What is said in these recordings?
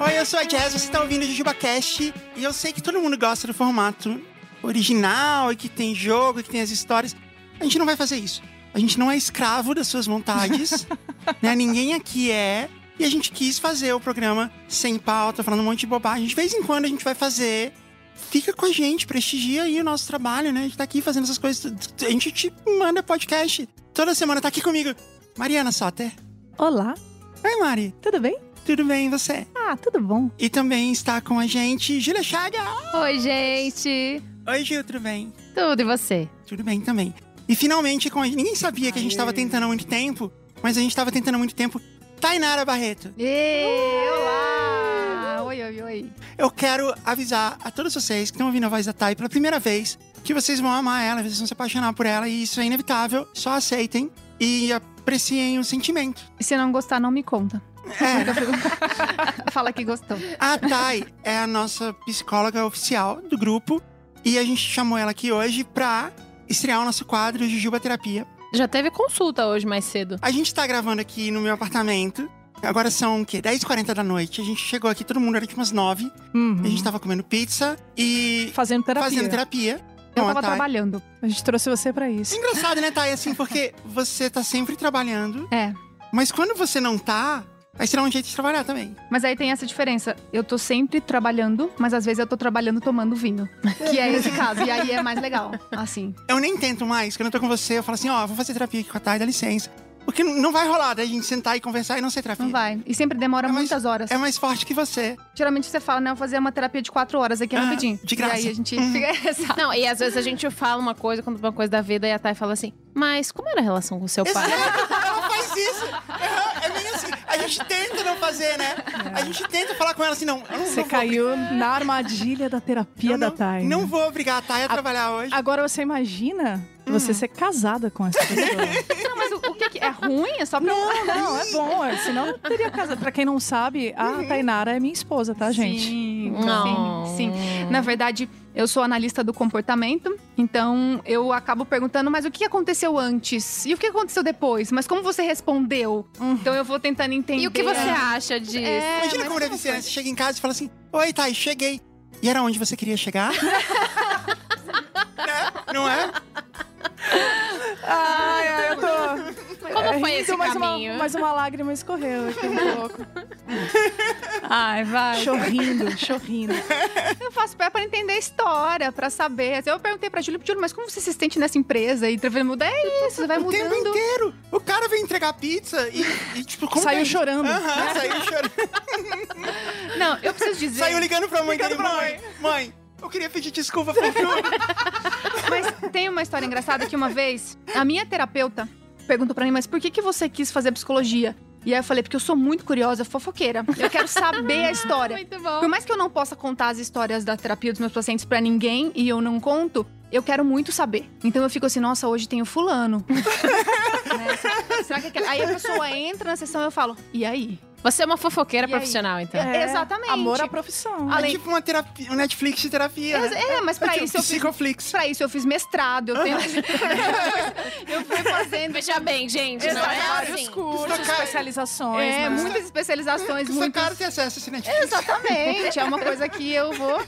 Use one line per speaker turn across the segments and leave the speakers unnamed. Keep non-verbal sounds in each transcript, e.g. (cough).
Oi, eu sou a Jazz, você tá ouvindo o JujubaCast e eu sei que todo mundo gosta do formato original e que tem jogo e que tem as histórias. A gente não vai fazer isso. A gente não é escravo das suas vontades, né? Ninguém aqui é. E a gente quis fazer o programa sem pauta, falando um monte de bobagem. De vez em quando a gente vai fazer. Fica com a gente, prestigia aí o nosso trabalho, né? A gente tá aqui fazendo essas coisas. A gente te manda podcast. Toda semana tá aqui comigo. Mariana Soter.
Olá,
Oi, Mari.
tudo bem?
Tudo bem, e você?
Ah, tudo bom.
E também está com a gente Júlia Chaga.
Oi, gente!
Oi, Gil, tudo bem?
Tudo e você?
Tudo bem também. E finalmente, com a... ninguém sabia que a gente estava tentando há muito tempo, mas a gente estava tentando há muito tempo. Tainara Barreto,
E, olá! Oi, oi, oi!
eu quero avisar a todos vocês que estão ouvindo a voz da Thay pela primeira vez que vocês vão amar ela, vocês vão se apaixonar por ela e isso é inevitável. Só aceitem e apreciem o sentimento.
E se não gostar, não me conta.
É,
(laughs)
Nunca pergunta. Fala que gostou.
a Thay é a nossa psicóloga oficial do grupo e a gente chamou ela aqui hoje pra estrear o nosso quadro Jujuba Terapia.
Já teve consulta hoje mais cedo.
A gente tá gravando aqui no meu apartamento. Agora são o quê? 10h40 da noite. A gente chegou aqui, todo mundo era tipo umas 9. A
Uhum.
gente tava comendo pizza e
Uhum. tá Fazendo terapia.
fazendo terapia.
Eu
Com a
tava
Thay.
trabalhando.
A gente trouxe você pra isso.
Engraçado, né, Thay? Assim, porque você tá sempre trabalhando,
É.
mas quando você não tá, aí você dá um jeito de trabalhar também.
Mas aí tem essa diferença. Eu tô sempre trabalhando, mas às vezes eu tô trabalhando tomando vinho. Que é esse caso. E aí é mais legal. Assim.
Eu nem tento mais. Quando eu tô com você, eu falo assim: ó, vou fazer terapia aqui com a Thay, dá licença. Porque não vai rolar da gente sentar e conversar e não ser terapia.
Não vai. E sempre demora
É mais-
muitas horas.
É mais forte que você.
Geralmente você fala, né? Eu vou fazer uma terapia de quatro horas aqui
Ah,
rapidinho.
de graça.
E aí a gente
Uhum.
fica (laughs) essa.
Não, e às vezes a gente fala uma coisa, conta uma coisa da vida, e a Thay fala assim, mas como era a relação com seu pai?
Exato, ela faz isso. Aham, É meio assim. A gente tenta não fazer, né?
É.
A gente tenta falar com ela assim, não, eu não
Você
vou.
caiu na armadilha da terapia
eu
da
não-
Thay.
Não vou obrigar a Thay a trabalhar hoje.
Agora você imagina você ser casada com essa (laughs) pessoa.
Não, mas o, o que, que é ruim? É só pra
não, não, é bom. é, Senão eu teria casado. Pra quem não sabe, a Tainara é minha esposa, tá, gente?
Sim,
Não.
sim, sim. Na verdade, eu sou analista do comportamento, então eu acabo perguntando, mas o que aconteceu antes? E o que aconteceu depois? Mas como você respondeu?
Uhum.
Então eu vou tentando entender.
E o que você acha disso?
É,
Imagina
mas
como deve
não
ser, né?
foi.
Você chega em casa e fala assim, oi, Thay, cheguei. E era onde você queria
(laughs)
chegar? Né? Não é?
Ai, ai, eu tô. É
Como foi
É
rindo,
esse
mas
caminho?
Uma, mas uma lágrima escorreu aqui um pouco.
Ai, vai.
Chorrindo, chorrindo.
Eu faço pé pra entender a história, pra saber. Eu perguntei pra Júlia, Júlia, mas como você se sente nessa empresa? E Trevor muda, é isso, vai
o tempo
mudando.
inteiro. O cara vem entregar pizza e, e, tipo, como
Saiu
que-
chorando.
Aham,
Né?
saiu chorando.
(laughs) Não, eu preciso dizer.
Saiu né? ligando pra mãe
Ligando
dele.
pra
Mãe, mãe, eu queria pedir desculpa É pro
(laughs)
Júlio.
Mas tem uma história engraçada que uma vez a minha terapeuta perguntou pra mim, mas por que, que você quis fazer psicologia? E aí eu falei, porque eu sou muito curiosa, fofoqueira. Eu quero saber a história.
Muito bom.
Por mais que eu não possa contar as histórias da terapia dos meus pacientes pra ninguém e eu não conto, eu quero muito saber. Então eu fico assim, nossa, hoje tem o fulano. (laughs) Né? Será- Será que aquela... Aí a pessoa entra na sessão e eu falo, e aí?
Você é uma fofoqueira
E aí?
profissional, então.
É, exatamente.
Amor à profissão.
Ah,
É
Além-
tipo uma terapia, um Netflix de terapia. né?
É, mas pra
tipo,
isso eu fiz.
Psicoflix.
Pra isso eu fiz mestrado, eu (laughs) tenho. (laughs) eu fui fazendo.
Veja bem, gente, não é
Vários
assim.
cursos,
Isso tá-
especializações.
É,
né?
muitas especializações,
Custa
muitas...
é caro ter acesso a esse Netflix.
Exatamente, é uma coisa que eu vou,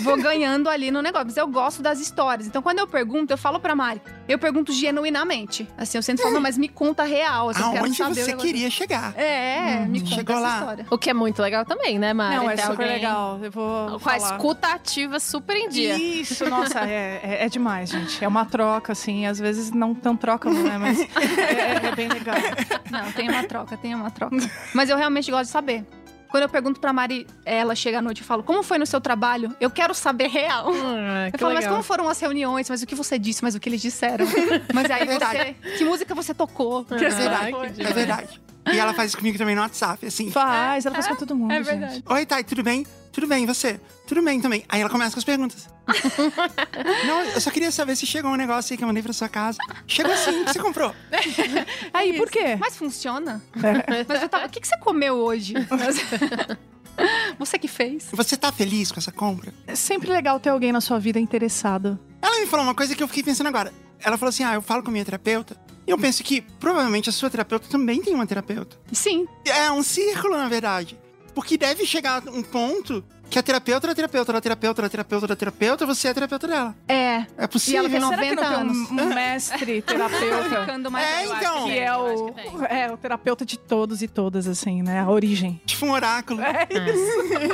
vou ganhando ali no negócio. Mas eu gosto das histórias. Então, quando eu pergunto, eu falo pra Mari, eu pergunto genuinamente. Assim, eu sempre falo, "Não, mas me conta a real. Assim, eu quero
Aonde
saber o
Ah, você
negócio."
queria chegar?
É, me conta
Chegou
essa
lá.
história.
O que é muito legal também, né, Mari?
Não, é
Ter
super
alguém
legal. Eu vou
Com a
falar.
escuta ativa super em dia.
Isso, nossa, é, é, é demais, gente. É uma troca, assim. Às vezes não tão troca, né? Mas é, é bem legal.
Não, tem uma troca, tem uma (laughs) troca. Mas eu realmente gosto de saber. Quando eu pergunto pra Mari, ela chega à noite e fala, como foi no seu trabalho? Eu quero saber real.
Ah,
Hum, que
Eu falo, mas
legal.
como foram as reuniões? Mas o que você disse? Mas o que eles disseram?
(laughs)
mas aí
É Verdade.
você... Que música você tocou?
Ah,
Que
É verdade,
Foi.
é verdade. E ela faz isso comigo também no WhatsApp, assim.
Faz, ela faz pra todo mundo,
é verdade.
gente.
Oi, Thay, tudo bem? Tudo bem, e você? Tudo bem também. Aí ela começa com as (laughs) perguntas. Não, eu só queria saber se chegou um negócio aí que eu mandei pra sua casa. Chegou sim, o que você comprou?
Aí, É, por quê?
Mas funciona? Mas eu tava, o que, que você comeu (laughs) hoje? Você que fez?
Você tá feliz com essa compra?
É sempre legal ter alguém na sua vida interessado.
Ela me falou uma coisa que eu fiquei pensando agora. Ela falou assim: ah, eu falo com a minha terapeuta. E eu penso que provavelmente a sua terapeuta também tem uma terapeuta.
Sim.
É um círculo, na verdade. Porque deve chegar um ponto que a terapeuta da terapeuta da terapeuta da terapeuta da terapeuta, você é a terapeuta dela.
É.
É possível.
ela tem
Será que não
90
tem
anos.
um, um mestre terapeuta?
Ficando mais
É,
eu acho
então.
que
que é.
é
eu acho
o,
que tem.
é o terapeuta de todos e todas, assim, né? A origem.
Tipo um oráculo.
É.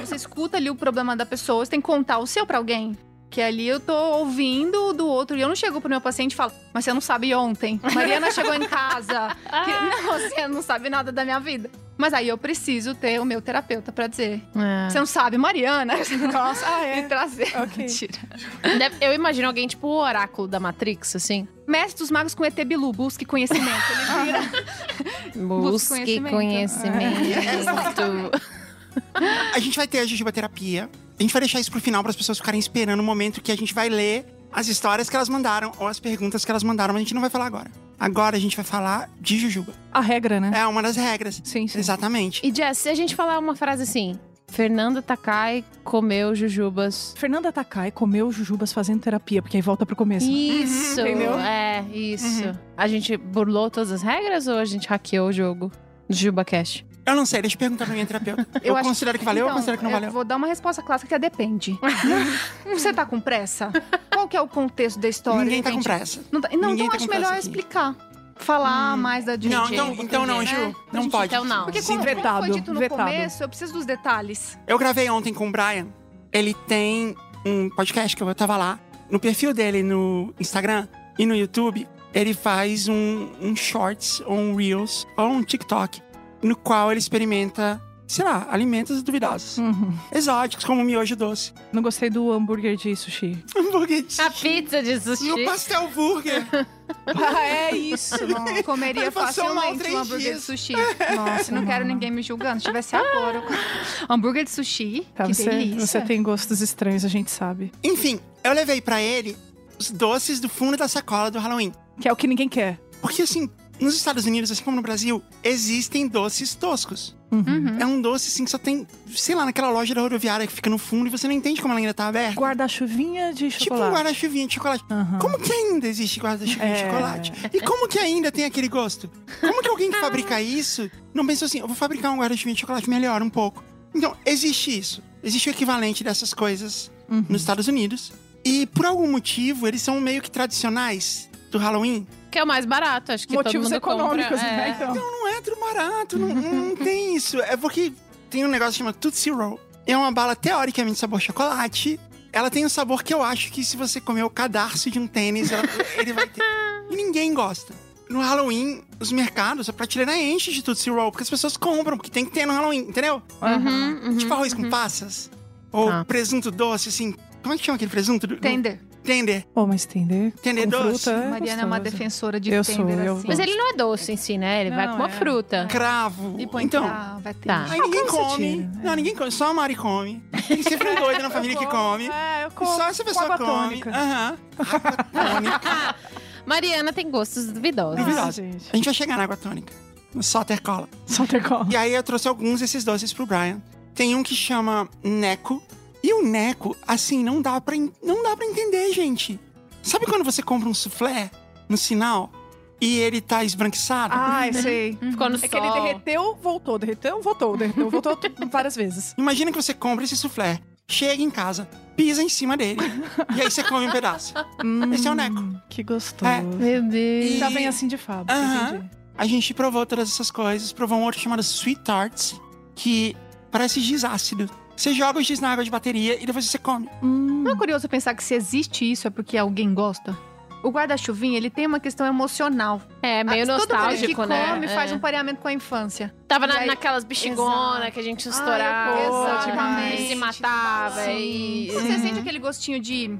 Você escuta ali o problema da pessoa, você tem que contar o seu pra alguém. Que ali eu tô ouvindo do outro e eu não chego pro meu paciente e falo, mas você não sabe ontem. Mariana chegou em (laughs) casa. Que- não, você não sabe nada da minha vida. Mas aí eu preciso ter o meu terapeuta pra dizer.
É.
Você é não sabe, Mariana? (laughs)
Nossa, ah,
E
é.
trazer.
Ok. (laughs)
Mentira.
Deve- Eu imagino alguém tipo o oráculo da Matrix, assim.
Mestre dos Magos com ET Bilu, busque conhecimento. Ele vira.
Busque
conhecimento.
conhecimento.
A gente vai ter a Jujuba Terapia. A gente vai deixar isso pro final para as pessoas ficarem esperando o momento que a gente vai ler as histórias que elas mandaram ou as perguntas que elas mandaram, mas a gente não vai falar agora. Agora a gente vai falar de Jujuba.
A regra,
Hum.
né?
É uma das regras.
Sim, sim.
Exatamente.
(laughs) E Jess, se a gente falar uma frase assim: Fernanda Takai comeu jujubas.
Fernanda Takai comeu jujubas fazendo terapia, porque aí volta pro começo.
Isso!
Uhum. entendeu? Uhum.
É, isso. A gente burlou todas as regras ou a gente hackeou o jogo do Juba Cash?
Eu não sei, deixa eu perguntar pra minha
(laughs)
terapeuta. Eu,
acho-
considero É que valeu ou eu
Então,
considero que não
eu
valeu?
Vou dar uma resposta clássica que
(laughs)
é depende. Você tá com pressa? Qual que é o contexto da história?
Ninguém tá com
Entende?
pressa.
Não, tá- não,
Ninguém
então
tá
acho
com pressa
melhor
aqui. Hum.
explicar. Falar mais da
Não,
direitinho.
então, então não,
É,
Ju.
a
Não
gente-
pode.
Então não.
Porque
Sim,
como, como
vetado,
foi dito no
vetado.
começo, eu preciso
(laughs)
dos detalhes.
Eu gravei ontem com o Brian. Ele tem um podcast que eu tava lá. No perfil dele no Instagram e no YouTube, ele faz um, um shorts, ou um Reels, ou um TikTok, no qual ele experimenta, sei lá, alimentos duvidosos.
Uhum.
Exóticos, como miojo doce. (laughs) Um
Não gostei do hambúrguer de sushi.
Hambúrguer de
A
sushi.
pizza
(laughs)
de
E o
sushi.
pastel burger.
ah, é isso.
Não, comeria
Ele passou mal
facilmente
três
um hambúrguer de
dias.
sushi.
Nossa,
Não quero
mano.
ninguém me julgando. Se tivesse agora. eu-
(laughs)
hambúrguer de sushi,
Tá,
que
você,
delícia.
você tem gostos estranhos, a gente sabe.
Enfim, eu levei pra ele os doces do fundo da sacola do Halloween.
Que é o que ninguém quer.
Porque assim, nos Estados Unidos, assim como no Brasil, existem doces toscos.
Uhum.
É um doce, assim, que só tem, sei lá, naquela loja da rodoviária que fica no fundo e você não entende como ela ainda tá aberta.
Guarda-chuvinha de
tipo um
chocolate.
guarda-chuvinha de chocolate.
Aham.
Como que ainda existe guarda-chuvinha de
É.
chocolate? E como que ainda tem aquele gosto? Como que
(laughs)
alguém que
Ah.
fabrica isso não pensou assim, eu vou fabricar um guarda-chuvinha de chocolate melhor um pouco? Então, existe isso. Existe o equivalente dessas coisas
Uhum.
nos Estados Unidos. E por algum motivo, eles são meio que tradicionais do Halloween.
Que é o mais barato, acho que
Motivos
todo mundo
econômicos,
compra.
né?
É.
Então.
Não é tudo barato, não, não tem isso. É porque tem um negócio que chama Tootsie Roll. É uma bala teoricamente sabor chocolate. Ela tem um sabor que eu acho que se você comer o cadarço de um tênis, ela- ele vai ter. E ninguém gosta. No Halloween, os mercados, a prateleira enche de Tootsie Roll, porque as pessoas compram, porque tem que ter no Halloween, entendeu?
Aham.
Uhum, uhum.
tipo arroz com passas, ou
Tá.
presunto doce, assim. Como é que chama aquele presunto? Do- do-
Tender.
Tender.
Pô, mas tender.
Tender
com
doce.
fruta é
Mariana é uma
gostoso.
defensora de
Eu sou,
tender,
eu
assim.
Mas ele não é doce em si, né? Ele vai
Não,
com uma
é.
fruta.
Cravo.
E põe
então,
pra- vai ter
Tá.
gente.
Aí ninguém
como você
come.
tira?
Não, ninguém come. Só a Mari come. Tem sempre um doido na
Eu
família que
como,
come.
(laughs) É, eu como.
Só essa
com
pessoa
água
come.
tônica.
Aham. Água tônica.
Mariana tem gostos duvidosos.
Duvidosos.
Ah,
duvidosa.
gente.
A gente vai chegar na água tônica. No Soter Cola.
Só ter cola.
E aí eu trouxe alguns desses doces pro Brian. Tem um que chama Neco. E o Neco, assim, não dá pra, en- não dá pra entender, gente. Sabe quando você compra um soufflé no sinal e ele tá esbranquiçado?
Ai, sei.
Ficou no
É que ele
sol.
derreteu, voltou, derreteu, voltou, derreteu, voltou (laughs) várias vezes.
Imagina que você compra esse soufflé, chega em casa, pisa em cima dele. e aí você come um pedaço. Esse é o neco.
Hum,
É.
Que gostoso.
Meu Deus.
Já vem assim de fábrica,
Aham.
entendi.
A gente provou todas essas coisas, provou um outro chamado Sweet Tarts, que parece giz ácido. Você joga o giz na água de bateria e depois você come.
Hum.
Não é curioso pensar que se existe isso é porque alguém gosta? O guarda-chuvinha, ele tem uma questão emocional.
É meio
Ah,
nostálgico,
Todo mundo que
né?
come
É.
faz um pareamento com a infância.
Tava
E
na,
aí-
naquelas bexigonas
Exato.
que a gente
Ah, eu
estourava.
gosto
demais.
Se matava.
Sim.
E...
Quando Você sente aquele gostinho de...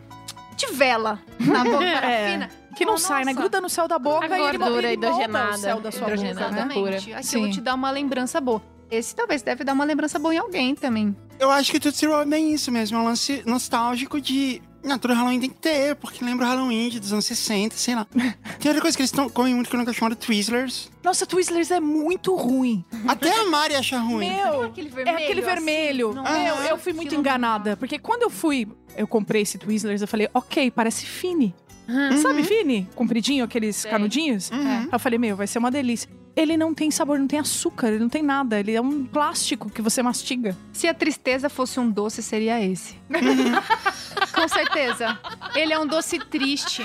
de vela na boca fina.
Que não
Fala,
sai, né?
"Nossa,
Gruda no céu da boca
A
e ele,
gordura
ele molda
hidrogenada,
o céu da sua boca,
hidrogenada.
né?
Exatamente. Aquilo
Sim.
te dá uma lembrança boa. Esse talvez deve dar uma lembrança boa em alguém também.
Eu acho que Tootsie Roll é bem isso mesmo, é um lance nostálgico de Não, todo Halloween tem que ter, porque lembra o Halloween de dos anos 60, sei (laughs) lá. Tem outra coisa que eles tão, comem muito que eu nunca chamo de Twizzlers.
Nossa, Twizzlers é muito ruim.
Até a Mari acha ruim.
Meu,
aquele Ah.
é aquele vermelho.
assim. não
é?
Meu, eu fui muito enganada. Porque quando eu fui, eu comprei esse Twizzlers, eu falei, ok, parece Fini.
Uhum.
Sabe Fini? Compridinho, aqueles
Sei.
canudinhos?
Uhum.
Aí Eu falei, meu, vai ser uma delícia. Ele não tem sabor, não tem açúcar, ele não tem nada. Ele é um plástico que você mastiga.
Se a tristeza fosse um doce, seria esse.
Uhum.
(laughs) Com certeza. Ele é um doce triste.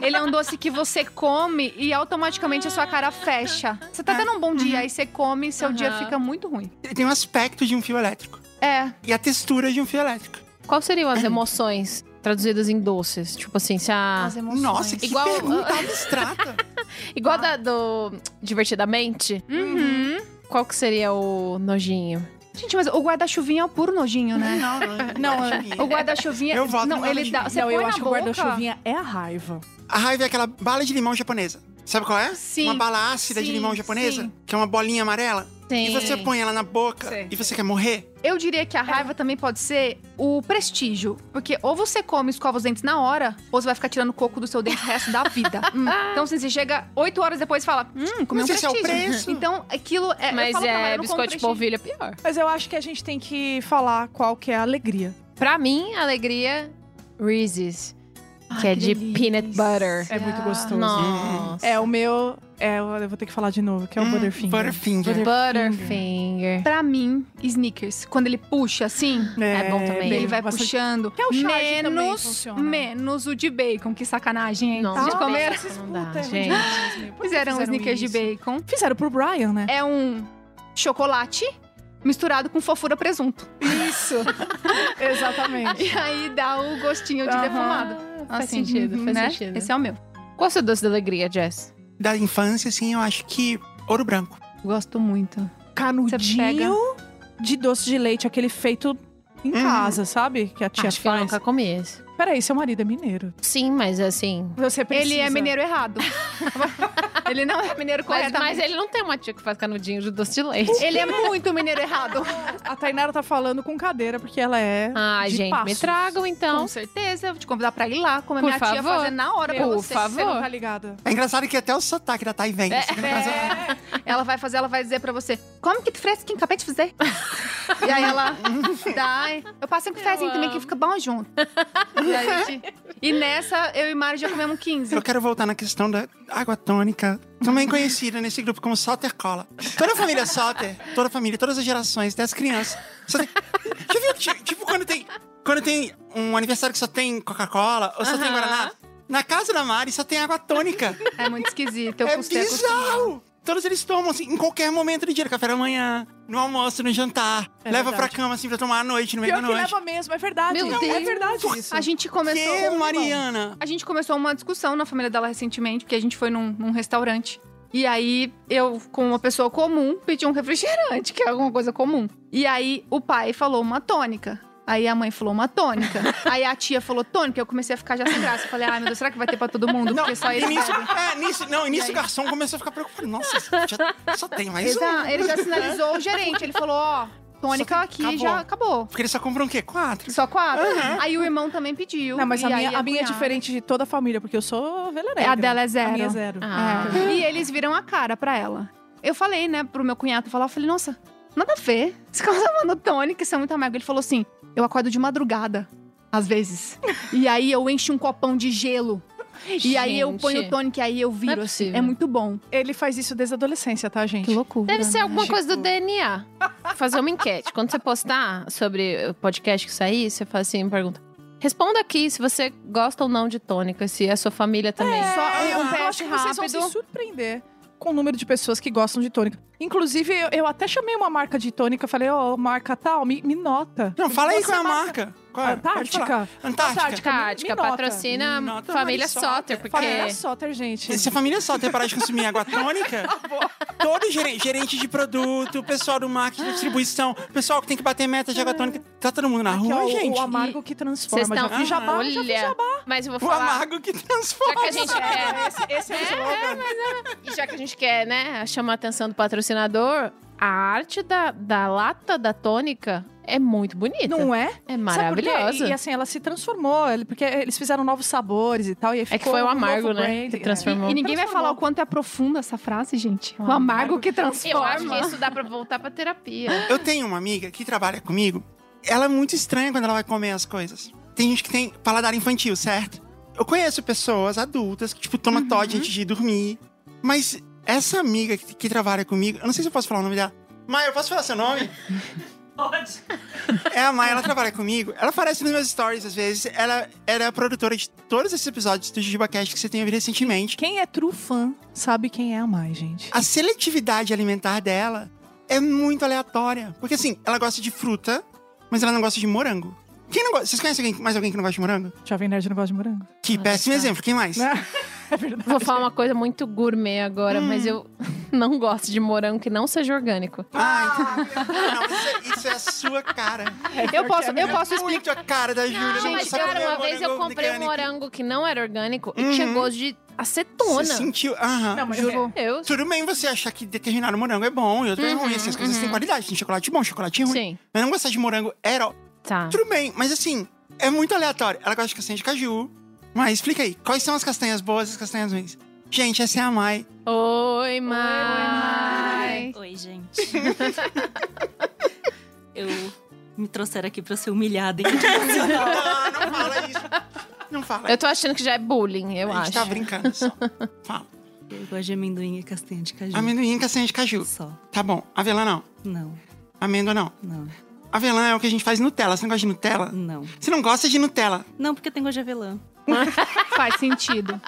Ele é um doce que você come e automaticamente a sua cara fecha. Você
É.
tá dando um bom
Uhum.
dia, aí você come e seu dia
Aham.
fica muito ruim.
Ele tem um aspecto de um fio elétrico.
É.
E a textura de um fio elétrico.
Qual seriam as emoções traduzidas em doces? Tipo assim, se a.
Ah, As emoções.
Nossa, que
Igual-
pergunta abstrata.
Igual da do Divertidamente,
Uhum.
qual que seria o nojinho?
Gente, mas o guarda-chuvinha é o puro
(laughs)
nojinho,
Não,
né?
não,
Não,
não.
O guarda-chuvinha.
Eu voto
Não,
no
ele dá.
guarda-chuvinha.
Você
não,
põe
eu
na
acho que o
boca.
guarda-chuvinha é a raiva.
A raiva é aquela bala de limão japonesa. Sabe qual é?
Sim.
Uma bala ácida de
Sim,
limão japonesa,
sim. É.
que é uma bolinha amarela.
Sim.
E você põe ela na boca
Sei.
e você quer morrer.
Eu diria que a raiva também pode ser o prestígio. Porque ou você come e escova os dentes na hora, ou você vai ficar tirando coco do seu dente o resto da vida.
(laughs)
Hum. Então, assim, você chega oito horas depois e fala, hum, comeu um
Mas esse é o
prestígio.
preço.
Então, aquilo é... eu
Mas
falo pra Mari,
é
eu não como
biscoito de
prestígio.
polvilho é pior.
Mas eu acho que a gente tem que falar qual que é a alegria.
Pra mim, alegria, Reese's.
Ai,
que é de
Ah, delícia. Ah.
peanut butter.
É muito gostoso.
Nossa. um
É o meu. É, eu vou ter que falar de novo, que é o
Hum,
Butterfinger.
Butterfinger.
Butterfinger.
Pra mim, sneakers, quando ele puxa assim...
É bom também.
Ele vai
bastante-
puxando.
Até o charge também
menos,
funciona.
menos o de bacon, que sacanagem, hein?
Não,
Vocês
de
comeram?
bacon.
Puta,
Não dá,
é ruim
gente.
demais, meu. Por que
Fizeram, os sneakers
isso?
de bacon.
Fizeram pro Brian, né?
É um chocolate misturado com fofura presunto.
Isso. (laughs) Exatamente.
(laughs) E aí dá o gostinho de
Aham.
defumado.
É.
Ah,
Faz sentido, faz
né?
sentido.
Esse é o meu.
Qual é o seu doce da alegria, Jess?
Da infância, assim, eu acho que ouro branco.
Gosto muito.
(laughs) Canudinho de doce de leite, aquele feito em
Uhum.
casa, sabe? Que a tia
Acho que eu
faz.
nunca comi esse.
Peraí, seu marido é mineiro.
Sim, mas assim...
Você precisa.
Ele é mineiro
(laughs)
errado. ele não é mineiro
Mas,
correto.
mas ele não tem uma tia que faz canudinho de doce de leite.
Ele é muito mineiro errado.
A Tainara tá falando com cadeira, porque ela é.
Ah,
Ai,
de
gente, me
passos.
tragam então.
Com certeza. Vou te convidar pra ir lá, como a
Por
minha tia
favor.
fazer na hora pra
Por
você.
favor.
Você não tá ligada.
É engraçado que até o sotaque da Thay vem. assim,
É.
por causa-
Ela vai fazer, ela vai dizer pra você, como que tu fez quem acabei de
(laughs)
fazer? e aí ela dá. Eu passei um cafezinho também que
amo.
fica bom junto. E, aí a gente- e nessa, eu e Mário já comemos 15.
Eu quero voltar na questão da água tônica, também conhecida nesse grupo como Soter Cola. Toda a família Soter, toda a família, todas as gerações, até as crianças. só tem- Já viu? ti- Tipo, quando tem, quando tem um aniversário que só tem Coca-Cola ou só tem
Aham.
Guaraná, na casa da Mari só tem água tônica.
É muito esquisito. Eu
é
custei a custar.
bizarro! Todos eles tomam, assim, em qualquer momento do dia, no café da manhã, no almoço, no jantar.
É
leva
verdade.
pra cama, assim, pra tomar à noite, no meio
Pior
da
que
noite.
leva mesmo, é verdade.
Meu
Não, É
Deus.
verdade isso.
A gente começou.
Que, Mariana?
A gente começou uma discussão na família dela recentemente, porque a gente foi num, num restaurante. E aí, eu, como uma pessoa comum, pedi um refrigerante, que é alguma coisa comum. E aí, o pai falou uma tônica. Aí a mãe falou uma tônica.
(laughs)
aí a tia falou tônica. Eu comecei a ficar já sem graça. Eu falei, ai meu Deus, será que vai ter pra todo mundo? Porque só
E
eles
nisso,
né?
bebem.
é, nisso, não, e nisso
aí?
o garçom começou a ficar preocupado. Nossa, já- só tem mais um.
Exa- Ele já sinalizou o gerente. Ele falou, ó, tônica
Só que
aqui já acabou.
Porque eles só compram o quê? Quatro?
Só quatro. Aí o irmão também pediu.
Não, mas
e
a
aí
minha, a minha é
cunhada.
diferente de toda a família, porque eu sou velereira.
né? A dela é zero.
A minha é zero.
Ah.
É. E eles viram a cara pra ela. Eu falei, né, pro meu cunhado falar, eu falei, nossa, nada a ver. Esse cara tá tomando tônica, isso é muito amargo. Ele falou assim: eu acordo de madrugada, às vezes. E aí eu encho um copão de gelo. E aí eu
Gente.
ponho o tônica e aí eu viro
Não é
assim.
possível.
É muito bom.
Ele faz isso desde a adolescência, tá, gente?
Que loucura.
Deve ser
né?
alguma
Tipo-
coisa do DNA. Fazer uma enquete. Quando você postar sobre o podcast que sair, você faz assim, pergunta. Responda aqui se você gosta ou não de tônica, se é sua família também.
Só
É,
um
eu
PS
acho que vocês vão se
rápido.
surpreender com o número de pessoas que gostam de tônica. Inclusive, eu, eu até chamei uma marca de tônica, falei, ó, marca tal, me, me nota.
Não, fala aí
Você
qual é a marca. Qual é? Pode falar.
Antártica.
Antártica.
Antártica.
Antártica,
Me nota.
patrocina
Me nota,
família
Marisota.
Soter, porque.
Família Soter, gente.
Se a família só tem parar de consumir água
(laughs)
tônica,
Tá
todo gerente, gerente de produto, pessoal do marketing, de distribuição, pessoal que tem que bater meta de água tônica, tá todo mundo na
Aqui,
rua,
ó, é o-
gente.
O amargo que transforma.
Vocês estão.
Ah, Já fiz jabá, já fiz
Olha,
jabá.
mas eu vou
O
falar.
amargo que
Já que
transforma.
a gente quer.
Esse é o slogan.
E já que a gente quer, né, chamar a atenção do patrocinador, a arte da, da lata da tônica É muito bonita.
Não é?
É
Sabe por quê?
maravilhosa.
E, e assim, ela se transformou, ele- porque eles fizeram novos sabores e tal. E aí
É
ficou
que foi o
um
amargo,
novo
né?
brand,
Que
é.
transformou.
E ninguém vai
Transformou.
falar o quanto é profunda essa frase, gente.
O
O,
amargo
amargo que
Eu acho que
transforma.
isso dá pra voltar pra terapia.
Eu tenho uma amiga que trabalha comigo. Ela é muito estranha quando ela vai comer as coisas. Tem gente que tem paladar infantil, certo? Eu conheço pessoas adultas que, tipo, toma Todd antes de ir dormir. Mas essa amiga que, que trabalha comigo, eu não sei se eu posso falar o nome dela. Maia, eu posso falar seu nome? Pode. É a Maia, ela trabalha comigo. Ela aparece nos meus stories às vezes. Ela era a produtora de todos esses episódios do JujubaCast que você tem ouvido recentemente.
Quem é true fã sabe quem é a mais, gente.
A seletividade alimentar dela é muito aleatória. Porque assim, ela gosta de fruta, mas ela não gosta de morango. Quem não gosta? Vocês conhecem alguém- mais alguém que não gosta de morango?
Jovem Nerd não gosta de
(laughs)
morango.
Que
tá.
péssimo exemplo, quem mais?
É verdade.
Vou falar uma coisa muito gourmet agora, mas eu não gosto de morango que não seja orgânico.
Ah, então. Não, isso é, isso é a sua cara.
Eu posso, eu
É
posso explicar.
muito a cara da Júlia.
Não,
Não,
mas
só
cara,
comer
uma vez eu comprei
é
um
orgânico.
morango que não era orgânico
Uhum.
e tinha gosto de acetona.
Você sentiu? Aham.
Não, mas
Juro. Deus.
Tudo bem você achar que determinado morango é bom e outro é
Uhum,
ruim. Assim, as coisas
uhum.
têm qualidade. Tem chocolate bom, chocolate ruim.
Sim,
Mas não gostar de morango era
tá.
Tudo bem, mas assim, é muito aleatório. Ela gosta de castanha de caju. Mas explica aí, quais são as castanhas boas e as castanhas ruins? Gente, essa é a Mai.
Oi, mãe.
(laughs) Ai.
Oi, gente. (laughs) Eu me trouxeram aqui pra ser humilhada, hein?
Ah, (laughs) não fala isso. Não fala.
Eu tô achando que já é bullying, eu
a gente
acho.
tá brincando
(laughs)
só. Fala.
Eu gosto de amendoim e castanha de caju.
Amendoim e castanha de caju.
Só.
Tá bom. Avelã não.
Não,
Amêndoa não.
não,
Avelã é o que a gente faz Nutella. Você não gosta de Nutella?
não.
Você não gosta de Nutella?
Não, porque tem gosto de avelã.
Faz sentido.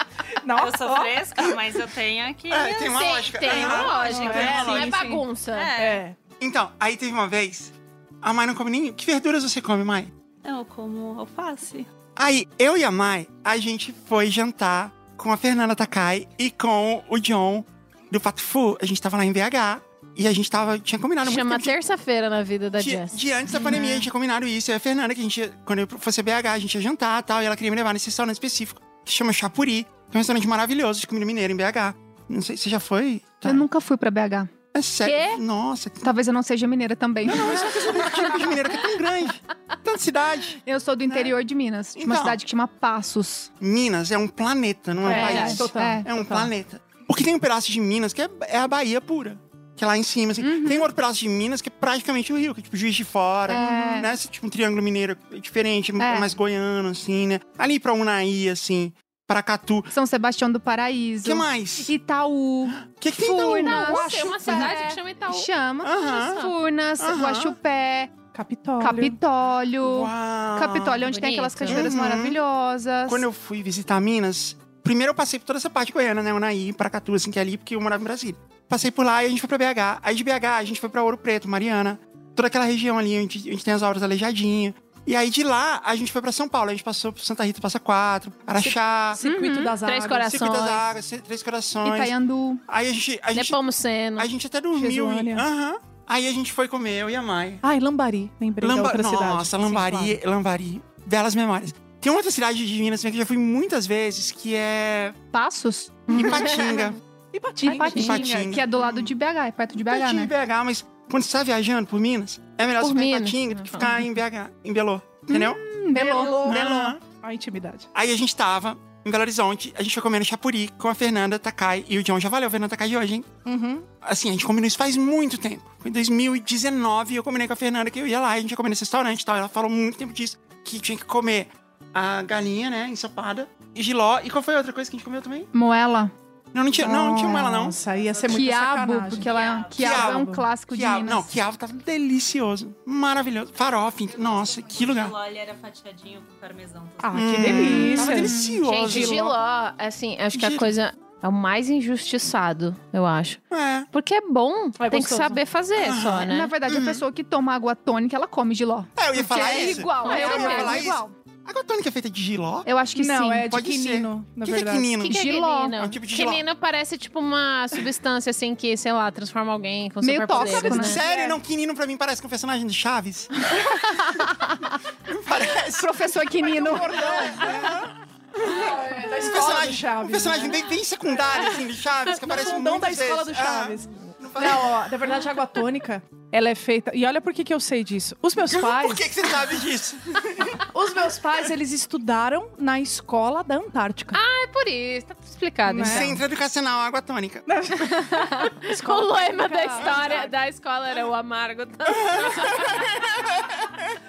Eu sou fresca, mas eu tenho aqui.
É, tem uma
Tem,
lógica.
tem
Aham.
uma lógica,
Tem uma
né? não é
lógica.
bagunça.
É.
Então, aí teve uma vez, a Mai não come nem... Que verduras você come, Mai?
Eu como alface.
Aí, eu e a Mai, a gente foi jantar com a Fernanda Takai e com o John do Pato Fu. A gente tava lá em BH e a gente tava, tinha combinado
Chama
muito tempo
terça-feira na vida da
de, de,
Jess.
de antes da pandemia, a gente tinha combinado isso. Eu e a Fernanda, que a gente, ia- quando eu fosse a BH, a gente ia jantar e tal. E ela queria me levar nesse restaurante específico, que chama Chapuri. Que é um restaurante maravilhoso de comida mineira em BH. Não sei, você já foi? Tá.
Eu nunca fui pra BH.
É sério? Nossa, que
Talvez eu não seja mineira também.
tipo de mineira que é tão grande. Tanta cidade.
Eu sou do interior de Minas, de uma
Né? Então.
cidade que chama Passos.
Minas é um planeta, não é um
É,
país.
é, total.
É.
É um planeta. Porque tem um pedaço de Minas que é, é a Bahia pura. Que é lá em cima, assim.
Uhum.
Tem outro pedaço de Minas que é praticamente o Rio, que é tipo Juiz de Fora.
É.
Né? Esse, tipo um Triângulo Mineiro é diferente, mais goiano, assim, né? Ali pra Unai, assim, pra Catu. O
São Sebastião do Paraíso.
que mais?
Itaú.
O que, que tem então?
Furnas.
Nossa, é uma cidade que chama Itaú.
Chama.
Aham.
Furnas,
Aham.
Guaxupé,
Capitólio.
Capitólio.
Uau.
Capitólio, é onde tem aquelas
Bonito.
cachoeiras
Uhum.
maravilhosas.
Quando eu fui visitar Minas, primeiro eu passei por toda essa parte goiana, né? Unaí, Paracatu, assim, que é ali, porque eu morava em Brasília. Passei por lá e a gente foi pra BH. Aí de BH a gente foi pra Ouro Preto, Mariana, toda aquela região ali onde, onde tem as auras aleijadinha. E aí de lá a gente foi pra São Paulo. A gente passou por Santa Rita Passa Quatro, Araxá,
Circuito das
Três
Águas.
Corações.
Circuito das Águas, Três Corações.
Itaiandu.
Aí a gente, a gente,
Nepomuceno.
a gente até dormiu. e-
Jesuânia.
Aham. Aí a gente foi comer, eu e a mãe.
Ai, Lambari. Lembrei da
Lamba-
outra cidade.
Nossa,
Sim,
Lambari,
claro.
Lambari. Belas memórias. Tem outra cidade de Minas também que eu já fui muitas vezes, que é
Passos?
Uhum. Ipatinga.
E Patinga.
é Ipatinga. Ipatinga.
que é do lado de BH, é perto de BH,
Pertinho em
né?
BH, mas quando você tá viajando por Minas, é melhor
Por
você ficar
Minas.
em Patinga do que
Uhum.
ficar em BH, em Belo. Entendeu?
Hum, Belo.
Aham.
A intimidade.
Aí a gente tava em Belo Horizonte, a gente foi comendo chapuri com a Fernanda Takai e o John. Já valeu a Fernanda Takai de hoje, hein?
Uhum.
Assim, a gente combinou isso faz muito tempo. Foi em 2019 eu combinei com a Fernanda que eu ia lá, a gente ia comer nesse restaurante e tal. Ela falou muito tempo disso, que tinha que comer a galinha, né, ensopada, e giló. E qual foi a outra coisa que a gente comeu também?
Moela.
Não, não tinha, não, não
Ah.
tinha uma ela, não.
Nossa, ia ser muito
Quiabo,
sacanagem.
porque ela é, quiabo é um
Quiabo.
clássico de
Quiabo.
Minas.
Não, quiabo tava delicioso, maravilhoso. Farofa, então- nossa, que lugar.
Giló, ele era fatiadinho com parmesão.
Ah,
Hum,
que delícia.
Tava delicioso.
Gente, Giló, assim, acho que a
Gil-
coisa é o mais injustiçado, eu acho.
É.
Porque é bom,
É
tem que
gostoso.
saber fazer só, né?
Na verdade,
Uhum.
a pessoa que toma água tônica, ela come giló.
É, eu ia falar
é
isso.
igual,
Ah,
é
eu ia
mesmo,
falar isso.
igual.
A gotônica é feita de giló?
Eu acho que
Não,
sim.
é de
pode ser.
quinino, na
O que, que é
verdade.
quinino?
O que, que é
Giló.
quinina?
É um tipo de giló.
Quinina parece tipo uma substância assim que, sei lá, transforma alguém com
Meio
superpoderes,
é
tóxico, né?
né?
Sério, não, quinino pra mim parece com o personagem do Chaves. Não parece.
Professor Quinino.
Da
Um
(laughs) escola do
personagem,
Chaves. né?
um personagem bem, bem secundário, assim, do Chaves, que
No
aparece
fundão
muitas
da escola do
vezes.
Chaves.
Ah, no falei.
Não, ó, na verdade, a água tônica, ela é feita. E olha por que, que eu sei disso. Os meus
(laughs) (laughs)
pais,
Por que, que você sabe disso?
os meus pais, eles estudaram na escola da Antártica.
É por isso, tá explicado.
Né?
então.
Centro educacional, água tônica.
O
Escola
lema da
Tônica
história da escola era o amargo. Então,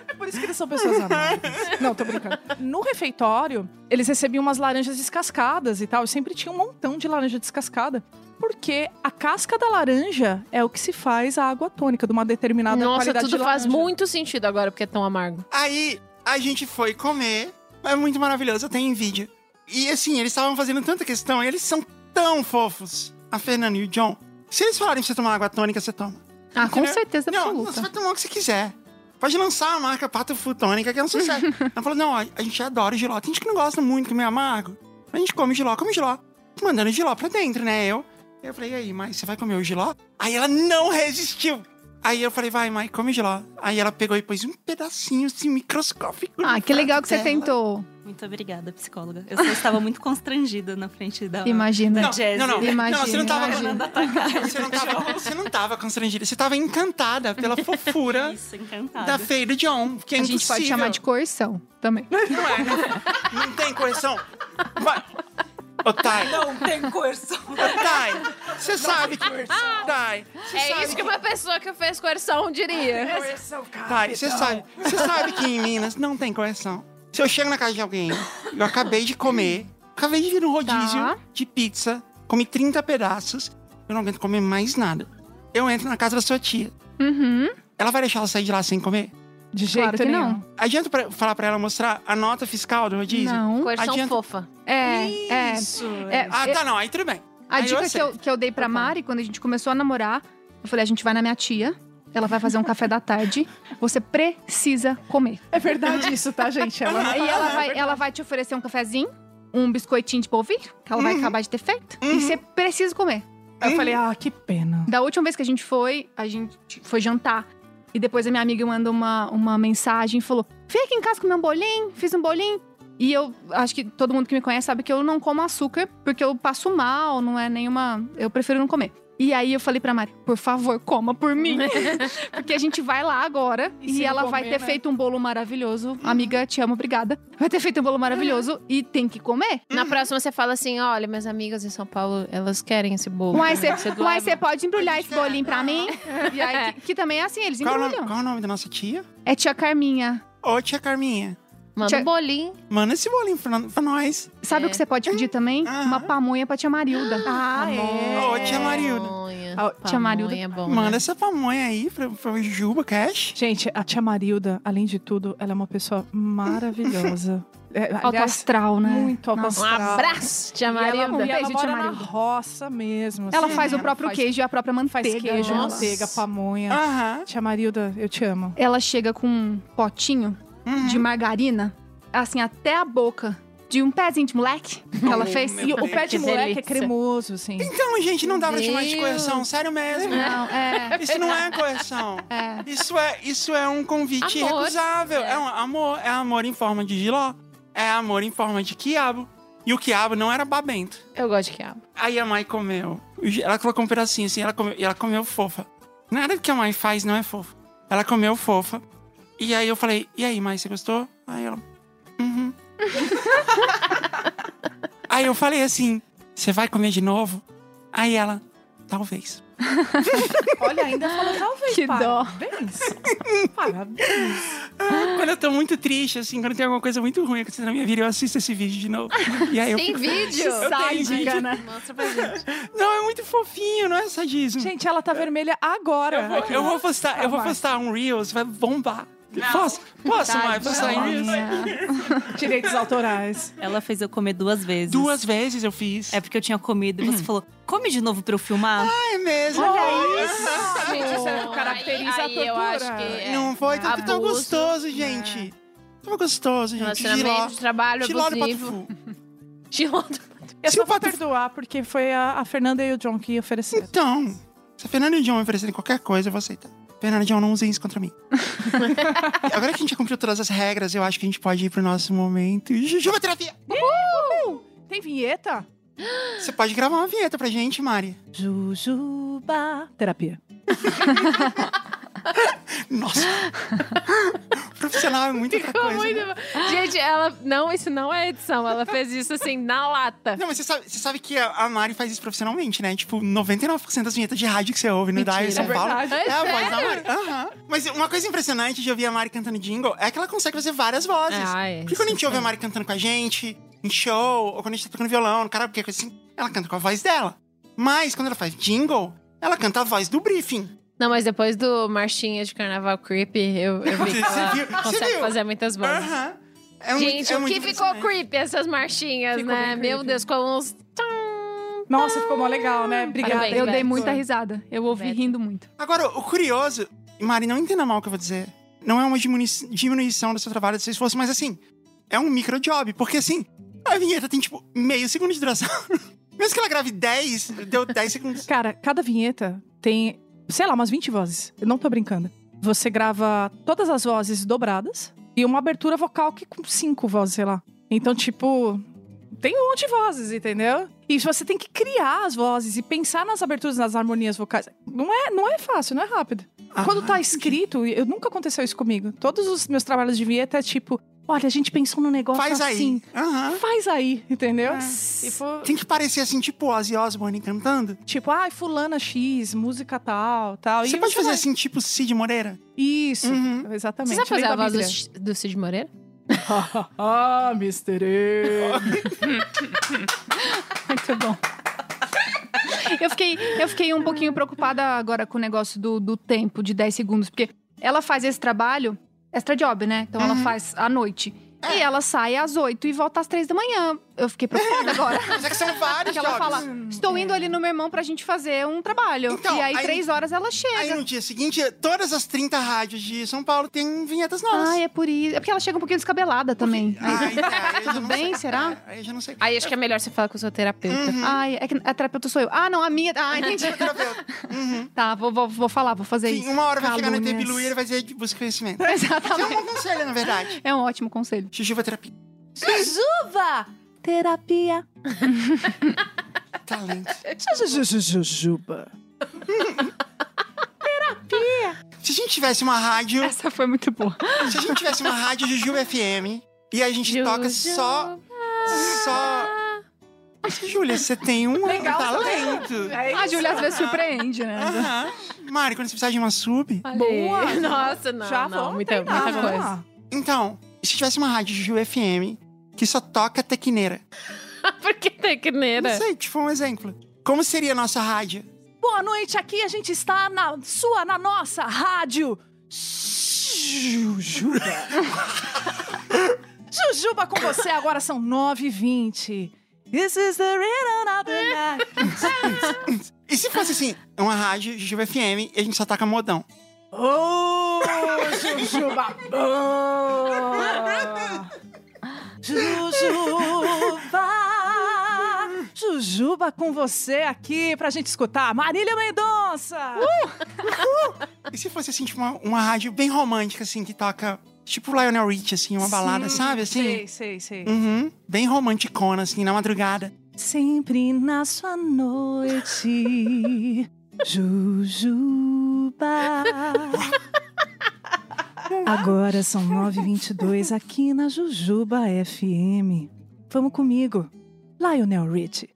É por isso que eles são pessoas amáveis. (laughs) Não, tô brincando. No refeitório, eles recebiam umas laranjas descascadas e tal. E sempre tinha um montão de laranja descascada. Porque a casca da laranja é o que se faz a água tônica de uma determinada
Nossa,
qualidade
tudo
de
faz
laranja.
muito sentido agora porque é tão amargo.
Aí a gente foi comer. É muito maravilhoso, tem vídeo. E assim, eles estavam fazendo tanta questão, e eles são tão fofos, a Fernanda e o John. Se eles falarem pra você tomar água tônica, você toma.
Ah, com
Entendeu?
certeza
né? Não, você
absoluta.
vai tomar o que você quiser. Pode lançar a marca Pato Futônica, que é um sucesso.
(laughs)
Ela falou: não, ó, a gente adora giló. Tem gente que não gosta muito, que é meio amargo. A gente come giló, come giló. Mandando giló pra dentro, né? Eu. Eu falei, e aí, Mai, você vai comer o giló? Aí ela não resistiu. Aí eu falei, vai, Mai, come giló. Aí ela pegou e pôs um pedacinho assim, microscópico.
Ah,
no
que legal que você
prato dela.
tentou.
Ah, Muito obrigada, psicóloga. Eu só estava muito constrangida na frente da.
Imagina.
Da
Não,
Jazzy.
não, não.
Imagina,
não, você não tava.
imagina.
Você não tava, você não tava constrangida. Você tava encantada pela fofura
Isso, encantada.
da Faye e do John. Que é
a gente pode
impossível.
chamar de coerção também.
Não é, não, não tem correção. Vai. Ô, Thay,
Não tem coerção.
ô, Thay, você sabe que... Thay, você
É
sabe
isso que uma pessoa que fez coerção diria.
Thay, você sabe, você sabe que em Minas não tem correção. Se eu chego na casa de alguém, eu acabei de comer, acabei de vir um rodízio
Tá.
de pizza, comi 30 pedaços, eu não aguento comer mais nada. Eu entro na casa da sua tia.
Uhum.
Ela vai deixar ela sair de lá sem comer?
De jeito
Claro que
nenhum.
não.
Adianta pra, falar pra ela mostrar a nota fiscal do rodízio?
Não.
Coerção
Adianta-
fofa.
É, é.
Isso.
é.
Ah, tá, não. Aí tudo bem.
A
Aí eu Tá
dica que eu, que eu dei pra Mari, quando a gente começou a namorar, eu falei: a gente vai na minha tia, ela vai fazer um café da tarde, você precisa
(laughs)
comer.
É verdade isso, tá, gente? Ela
Ah,
não
E
é
ela vai, ela vai te oferecer um cafezinho, um biscoitinho de polvilho, que ela
Uhum.
vai acabar de ter feito, e você precisa comer.
Aí eu falei, ah, que pena.
Da última vez que a gente foi, a gente foi jantar. E depois a minha amiga mandou uma, uma mensagem e falou: Vem aqui em casa comer um bolinho, fiz um bolinho. E eu acho que todo mundo que me conhece sabe que eu não como açúcar porque eu passo mal, não é nenhuma. Eu prefiro não comer. E aí eu falei pra Mari, por favor, coma
(laughs)
por mim. porque a gente vai lá agora
E
e,
se não
ela vai
comer,
ter
né?
feito um bolo maravilhoso. Amiga, te amo, obrigada. Vai ter feito um bolo maravilhoso e tem que comer.
Na próxima você fala assim: olha, minhas amigas em São Paulo, elas querem esse bolo.
Uai, você
Você doa-
uai, você pode embrulhar esse bolinho pra mim? E aí, que, que também é assim, eles
Qual, o nome,
embrulham.
qual o nome da nossa tia?
É tia Carminha.
Ô, tia Carminha,
Manda um
Tchau.
bolinho.
manda esse bolinho pra, pra nós.
Sabe
É.
o que você pode pedir também?
Aham.
Uma pamonha pra tia Marilda. Tá
Ah, é.
Ô, tia Marilda,
Pamonha.
Ah,
tia Marilda.
Pamonha é bom, né?
manda essa pamonha aí pra, pra Juba Cash.
Gente, a tia Marilda, além de tudo, ela é uma pessoa maravilhosa. É,
Alto
aliás,
astral, né?
muito alto
Nossa.
Um
astral.
abraço, tia
E ela,
Marilda.
e ela
Beijo, tia
mora na
Marilda.
roça mesmo.
Ela
assim,
faz o
ela
próprio
faz-
queijo e a própria
Faz
manteiga. né?
queijo,
nossa.
manteiga, pamonha.
Aham.
Tia Marilda, eu te amo.
Ela chega com um potinho
Uhum.
de margarina, assim, até a boca, de um pezinho de moleque que ela fez.
meu
E o pé de
Oh, Que
moleque é
delícia.
cremoso, assim.
Então, gente, não dá pra chamar de
Deus.
coerção, sério mesmo.
Não, é,
Isso não é coerção.
é.
Isso é, isso é um convite
Amor.
irrecusável. É.
É.
um amor. É amor em forma de giló. É amor em forma de quiabo. E o quiabo não era babento.
Eu gosto de quiabo.
Aí a Mai comeu. Ela colocou um pedacinho assim, ela comeu, e ela comeu fofa. Nada que a Mai faz não é fofa. Ela comeu fofa. E aí eu falei, e aí, Mai, você gostou? Aí ela, uhum. (laughs) aí eu falei assim, você vai comer de novo? Aí ela, talvez.
Olha, ainda falou talvez.
Que dó.
Parabéns. (laughs) Parabéns.
Quando eu tô muito triste, assim, quando tem alguma coisa muito ruim acontecendo na minha vida, eu assisto esse vídeo de novo. E aí eu
Tem
fico,
(laughs)
vídeo?
Eu tenho vídeo.
né?
Mostra pra gente.
não, é muito fofinho, não é sadismo.
Gente, ela tá vermelha agora. né?
Eu vou- Eu vou postar, eu vou
Vai.
postar um Reels, vai bombar. Posso? Posso, Mai? Postar em Reels?
Tadinha.
Direitos
(laughs)
autorais.
Ela fez eu comer duas vezes.
Duas vezes eu fiz.
É porque eu tinha comido e você falou, come de novo pra eu filmar?
É mesmo.
Olha isso! Gente, será que caracteriza
aí, aí
a
eu
tortura?
acho que é.
Não foi tão, tão
Abuso, né?
gostoso, gente. Tava gostoso, gente.
Relacionamento, de
Giló.
trabalho,
Giló do
abusivo.
Patufu.
Giló
Eu
Se
só
o
vou
Pato-
perdoar, porque foi a, a Fernanda e o John que ofereceram.
Então, se a Fernanda e o John me oferecerem qualquer coisa, eu vou aceitar. Fernanda e John, não usem isso contra
(laughs)
mim. Agora que a gente já cumpriu todas as regras, eu acho que a gente pode ir pro nosso momento. Jujuba terapia!
Tem vinheta?
Você pode gravar uma vinheta pra gente, Mari.
Jujuba. Terapia.
(laughs)
Nossa. Profissional é muita outra
Ficou
coisa.
muito
né?
bom. Gente, ela. Não, isso não é edição. Ela fez isso assim, na lata.
Não, mas você sabe, você sabe que a a Mari faz isso profissionalmente, né? Tipo, 99% das vinhetas de rádio que você ouve no
Mentira.
Daio São
É
Paulo
verdade.
é a
É
voz da Mari. Aham. Mas uma coisa impressionante de ouvir a Mari cantando jingle é que ela consegue fazer várias vozes.
Ah, é,
Porque quando a gente
isso
ouve
é.
a Mari cantando com a gente, em show, ou quando a gente tá tocando violão, cara, porque coisa assim, ela canta com a voz dela. Mas quando ela faz jingle, ela canta a voz do briefing.
Não, mas depois do Marchinha de Carnaval Creepy, eu, eu vi que
Você
ela
viu? Você
consegue
viu?
fazer muitas vozes.
Aham. É muito-
Gente,
é
o
muito
que ficou
impressionante.
creepy essas marchinhas,
Ficou bem
né? Meu
creepy.
Deus, com uns.
Nossa, ficou mó legal, né? Obrigada.
Parabéns,
gente.
Eu dei
Beto.
muita risada. Eu ouvi
Beto.
rindo muito.
Agora, o curioso, e Mari, não entenda mal o que eu vou dizer. Não é uma diminu- diminuição do seu trabalho, do seu esforço, mas assim, é um micro job, porque assim, a vinheta tem tipo meio segundo de duração. (laughs) Mesmo que ela grave 10, deu 10 segundos.
Cara, cada vinheta tem, sei lá, umas 20 vozes. Eu não tô brincando. Você grava todas as vozes dobradas e uma abertura vocal que com cinco vozes, sei lá. Então, tipo, tem um monte de vozes, entendeu? E você tem que criar as vozes e pensar nas aberturas, nas harmonias vocais. Não é, não é fácil, não é rápido.
Ah,
Quando tá escrito, eu nunca aconteceu isso comigo. Todos os meus trabalhos de vinheta é tipo, olha, a gente pensou num negócio
Faz
tá
assim.
aí. É, Aham.
Faz aí, entendeu? Tipo,
Tem que parecer assim, tipo Ozzy Osbourne cantando.
Tipo, ai, fulana X, música tal, tal.
Você
E
pode fazer
vai-
assim, tipo Cid Moreira?
Isso,
Uhum.
exatamente.
Você sabe fazer
Lei
a
da
voz do,
Bíblia.
Ci- do Cid Moreira?
ah, Mr. M.
Muito bom. Eu fiquei, eu fiquei um pouquinho preocupada agora com o negócio do, do tempo de 10 segundos, porque ela faz esse trabalho, extra job, né? Então
Uhum.
ela faz à noite.
É.
E ela sai às 8 e volta às 3 da manhã. Eu
(laughs)
fiquei preocupada agora.
Mas é que são vários
Porque ela
jobs.
fala, estou indo ali no meu irmão pra gente fazer um trabalho.
Então,
e aí,
aí-
três horas, ela chega.
Aí no dia seguinte, todas as 30 rádios de São Paulo têm vinhetas novas.
Ah, é por isso. É porque ela chega um pouquinho descabelada também.
Ah, então, aí eu já
Tudo
não
bem,
sei.
será?
É, Aí eu já não sei.
Aí acho que é melhor você falar com o seu terapeuta.
Uhum.
Ai, é que a terapeuta sou eu. Ah, não, a minha. Ah, entendi.
(laughs)
tá, vou, vou, vou falar, vou fazer
Sim,
isso.
uma hora vai chegar no
Calúnias. Tá
Tebilu e ele vai dizer de busca conhecimento. Isso é um
(laughs) Exatamente.
bom conselho, na
(laughs)
verdade.
É um ótimo conselho.
Jujuba terapia.
Jujuba! Terapia.
(laughs) Talento.
Jujuba.
Se a gente tivesse uma rádio.
Essa foi muito boa.
Se a gente tivesse uma rádio Jujuba FM e a gente toca só. Só. Júlia, você tem um
Legal,
talento.
A Ah, Júlia às vezes surpreende, né?
Aham. Mari, quando você precisar de uma sub.
Boa!
(laughs) Nossa, não.
Já
não,
vamos
muita,
treinar,
muita
vamos
coisa.
lá.
Então, se tivesse uma rádio Jujuba FM que só toca tequineira.
(laughs) Por que tecneira?
Não sei, tipo um exemplo. Como seria a nossa rádio?
Boa noite, aqui a gente está na sua, na nossa rádio.
(laughs)
Jujuba. Jujuba com você, agora são 9h20. This is the rhythm of the night.
E se fosse assim, uma rádio Jujuba FM e a gente só toca modão?
Ô, Jujuba boa! Jujuba! Jujuba com você aqui pra gente escutar. Marília Mendonça!
E se fosse assim, tipo, uma, uma rádio bem romântica, assim, que toca, tipo Lionel Rich, assim, uma balada,
Sim,
sabe? Assim.
Sei, sei, sei.
Uhum. Bem romanticona, assim, na madrugada.
Sempre na sua (laughs) noite, Jujuba. Agora são 9h22 aqui na Jujuba FM. Vamos comigo, Lionel Richie.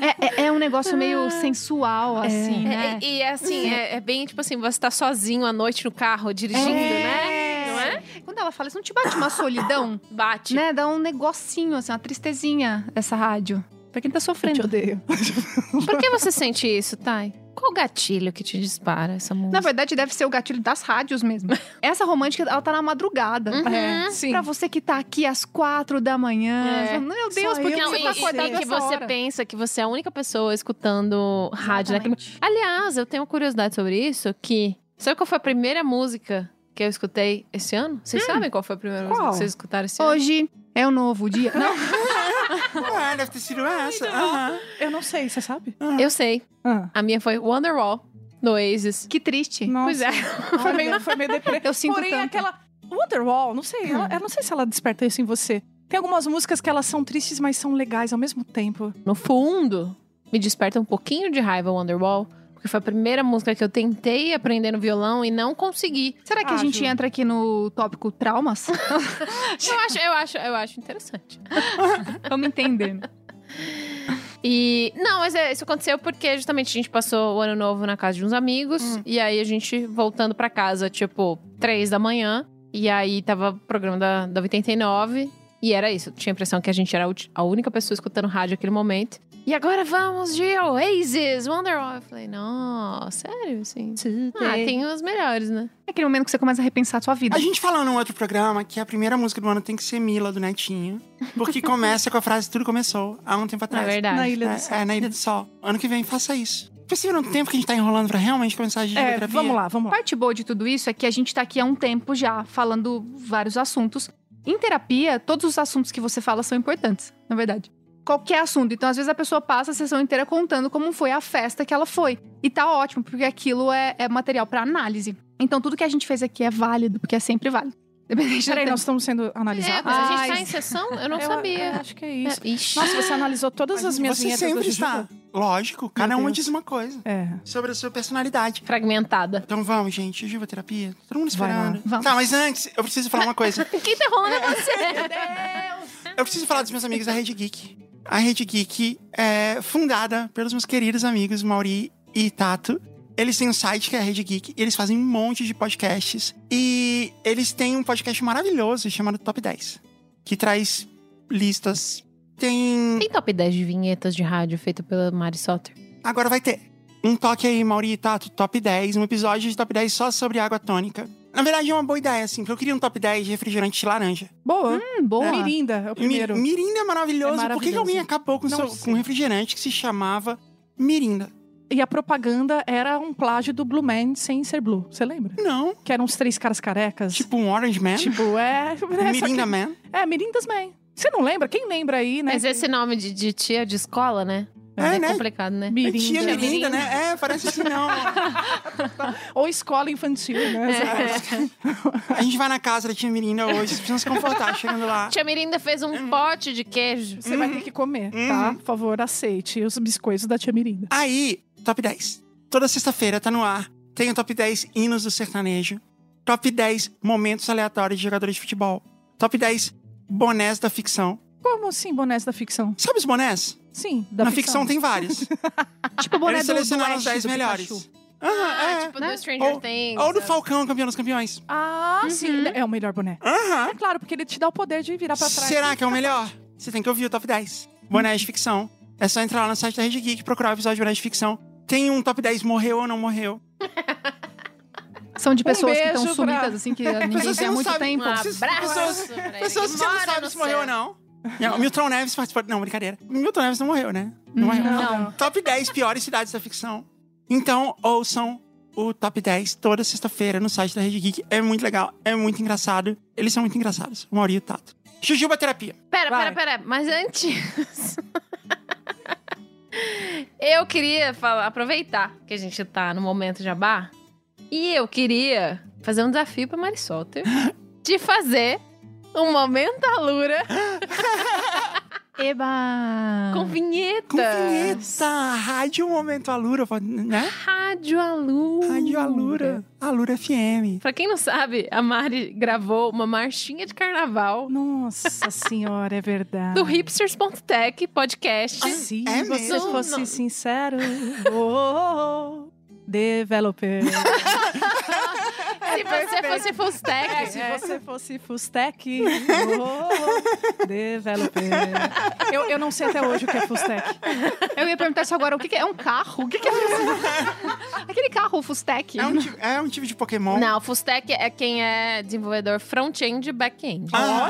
É, é, é um negócio meio sensual, assim,
É,
né?
e, e é assim, é, é bem tipo assim, você tá sozinho à noite no carro, dirigindo, É. né? Não é?
Quando ela fala isso, não te bate uma solidão? (laughs)
Bate.
né? Dá um negocinho, assim, uma tristezinha essa rádio. Pra quem tá
Te
sofrendo.
odeio.
Por que você sente isso, Thay? Qual gatilho que te dispara essa música?
Na verdade, deve ser o gatilho das rádios (laughs) mesmo. Essa romântica, ela tá na madrugada.
Uhum.
É, sim.
Pra você que tá aqui às quatro da manhã. você fala,
É.
Meu Deus,
Só
por
eu
que
Não,
você
e,
tá
e
acordado
é um que
essa
você
hora?
pensa que você é a única pessoa escutando rádio naquele
Exatamente.
Aliás, eu tenho uma curiosidade sobre isso, que... Sabe qual foi a primeira música que eu escutei esse ano?
Hum.
Vocês sabem qual foi a primeira música
Qual?
que vocês escutaram esse ano?
Hoje é um novo dia. Não,
Ah, deve ter sido essa. Aham.
Eu não sei, você sabe?
Eu sei.
Ah.
A minha foi Wonderwall, do Oasis.
que triste.
Nossa.
Pois é.
Foi meio, foi meio deprê.
Eu sinto
Porém,
tanto.
aquela. Wonderwall, não sei. ela- eu não sei se ela desperta isso em você. Tem algumas músicas que elas são tristes, mas são legais ao mesmo tempo.
No fundo, me desperta um pouquinho de raiva Wonderwall, porque foi a primeira música que eu tentei aprender no violão e não consegui.
Será que a
Ah,
gente
Ju.
entra aqui no tópico (laughs) traumas?
Eu acho, eu acho, eu acho interessante.
Vamos entender.
E não, mas é, isso aconteceu porque justamente a gente passou o ano novo na casa de uns amigos
Hum.
e aí a gente voltando pra casa tipo três da manhã e aí tava o programa da, da 89 e era isso. Tinha a impressão que a gente era a ulti- a única pessoa escutando rádio naquele momento. E agora vamos de Oasis, Wonderwall. Eu falei, não, sério, assim. Ah, tem os melhores, né?
É aquele momento que você começa a repensar a sua vida.
A gente falou num outro programa que a primeira música do ano tem que ser Mila, do Netinho. Porque começa com a frase Tudo Começou, há um tempo
Na
atrás.
verdade.
Na Ilha do
É,
Sol.
é, na Ilha do Sol. Ano que vem, faça isso. Perceberam o tempo que a gente tá enrolando pra realmente começar a
É,
gigioterapia?
vamos lá, vamos lá.
Parte boa de tudo isso é que a gente tá aqui há um tempo já falando vários assuntos. Em terapia, todos os assuntos que você fala são importantes, na verdade. Qualquer assunto. Então, às vezes, a pessoa passa a sessão inteira contando como foi a festa que ela foi. E tá ótimo, porque aquilo é, é material pra análise. Então, tudo que a gente fez aqui é válido, porque é sempre válido. Independente do
Peraí,
tempo.
nós estamos sendo
É,
analisados?
mas a
Ah,
gente tá
isso.
em sessão? Eu não
Eu- é,
sabia.
acho que é isso.
É, ixi.
Nossa, você analisou todas as minhas
Você
vinhetas
sempre
do Jujuba?
está. Lógico, cada
Meu
uma
Deus.
diz uma coisa
É.
sobre a sua personalidade.
fragmentada.
Então vamos, gente, gigioterapia. Todo mundo
Vai lá.
esperando.
Vamos.
Tá, mas antes, eu preciso falar uma coisa.
Quem tá rolando é você?
Eu preciso falar dos meus amigos da Rede Geek. A Rede Geek é fundada pelos meus queridos amigos Mauri e Tato. Eles têm um site que é a Rede Geek e eles fazem um monte de podcasts. E eles têm um podcast maravilhoso chamado Top 10, que traz listas. Tem.
Tem top 10 de vinhetas de rádio feita pela Mari Soter?
Agora vai ter um toque aí, Mauri e Tato, top 10, um episódio de top 10 só sobre água tônica. Na verdade, é uma boa ideia, assim, porque eu queria um top 10 de refrigerante de laranja.
Boa.
Hum, boa.
Mirinda é o
Mi-
primeiro.
Mirinda é maravilhoso.
É
Por que que
maravilhoso.
alguém acabou com,
Não
seu-
sei.
com um refrigerante que se chamava Mirinda?
E a propaganda era um plágio do Blue Man sem ser Blue. Você lembra?
Não.
Que eram uns três caras carecas.
Tipo um Orange Man.
Tipo, é. (laughs) é, só
um
que-
Mirinda Man.
É, Mirindas Man. Você não lembra? Quem lembra aí, né?
Mas esse nome de, de tia de escola, né?
É,
É,
né?
complicado, né?
É Tia
Mirinda.
Mirinda, né? É, parece assim,
(laughs)
não.
Ou escola infantil,
É.
né?
A gente vai na casa da tia Mirinda hoje, vocês precisam se confortar chegando lá.
Tia Mirinda fez um
É.
pote de queijo.
Você vai ter que comer,
Uhum.
tá? Por favor, aceite os biscoitos da tia Mirinda.
Aí, top 10. Toda sexta-feira tá no ar. Tem o top 10 hinos do sertanejo. Top 10 momentos aleatórios de jogadores de futebol. Top 10 bonés da ficção.
Como assim, bonés da ficção?
Sabe os bonés?
Sim, da
na ficção, tem vários.
Tipo, boné
Eles
do, do
selecionaram os
Ash,
10
do
melhores.
Pikachu.
Aham, é.
Tipo, né? do Stranger Things.
Ou do
sabe?
Falcão, campeão dos campeões.
Ah, sim.
Uhum.
É o melhor boné.
Aham.
É claro, porque ele te dá o poder de virar pra trás.
Será que é o melhor? Você tem que ouvir o top 10. Boné de ficção. É só entrar lá no site da Rede Geek e procurar o episódio de boné de ficção. Tem um top 10 morreu ou não morreu.
São de
Um
pessoas que
beijo
estão sumidas,
pra-
assim, que ninguém
Pessoas que
vê há
não
muito
sabem-
tempo.
Um abraço.
Pessoas- pessoas-
pra ele.
Pessoas que você
É, Mora
não sabe
no
se morreu ou
céu.
não. Não, Milton Neves participou. Não, brincadeira. Milton Neves não morreu, né? Não morreu.
Não.
Top 10 piores cidades da ficção. Então, ouçam o Top 10 toda sexta-feira no site da Rede Geek. É muito legal, é muito engraçado. Eles são muito engraçados, o Mauri e o Tato. Jujuba Terapia.
Pera,
Vai.
pera, pera. Mas antes. (laughs) eu queria falar- aproveitar que a gente tá no momento jabá. E eu queria fazer um desafio pra Mari
(laughs)
Soter de fazer um uma mentalura
Eba!
com vinheta.
Ah, Com vinheta, Rádio Momento Alura, né?
Rádio Alura.
Rádio Alura, Alura FM.
Pra quem não sabe, a Mari gravou uma marchinha de carnaval
Nossa senhora, é verdade. Ah,
do hipsters.tech podcast.
Se
É
você
mesmo?
fosse
Não.
sincero, (laughs) oh, oh, oh,
(laughs)
developer.
se você fosse full stack,
Ah, É, se você fosse Fustec, oh, oh, developer. Eu, eu não sei até hoje o que é Fustec.
Eu ia perguntar isso agora. O que, que é? É um carro? O que, que é isso? Aquele carro, o Fustec.
É um, ti- é um tipo de Pokémon.
Não, full stack é quem é desenvolvedor front-end e back-end.
Ah,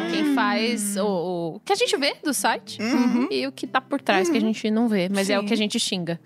Olha!
Quem faz o, o que a gente vê do site
Uhum.
e o que tá por trás, que a gente não vê, mas é o
Uhum. Sim.
que a gente xinga.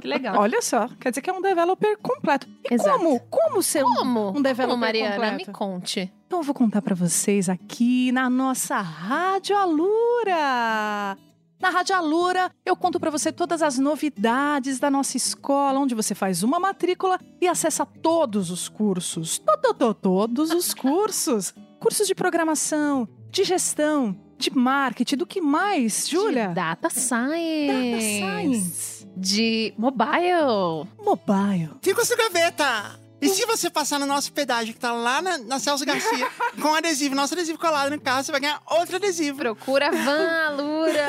Que legal.
Olha só, quer dizer que é um developer completo. E
Tá. Exato.
como? Como ser um
Como?
developer
Como, Mariana?
completo.
Me conte.
Então eu vou contar pra vocês aqui na nossa Rádio Alura. Na Rádio Alura, eu conto pra você todas as novidades da nossa escola, onde você faz uma matrícula e acessa todos os cursos. Todo, todo, todos os cursos. cursos de programação, de gestão, de marketing, do que mais,
De
Júlia?
Data Science.
Data Science.
De mobile.
Mobile.
Fica com sua gaveta! E se você passar no nosso pedágio que tá lá na, na Celso
(laughs)
Garcia, com adesivo, nosso adesivo colado no carro, você vai ganhar outro adesivo.
Procura Van
(laughs)
Alura.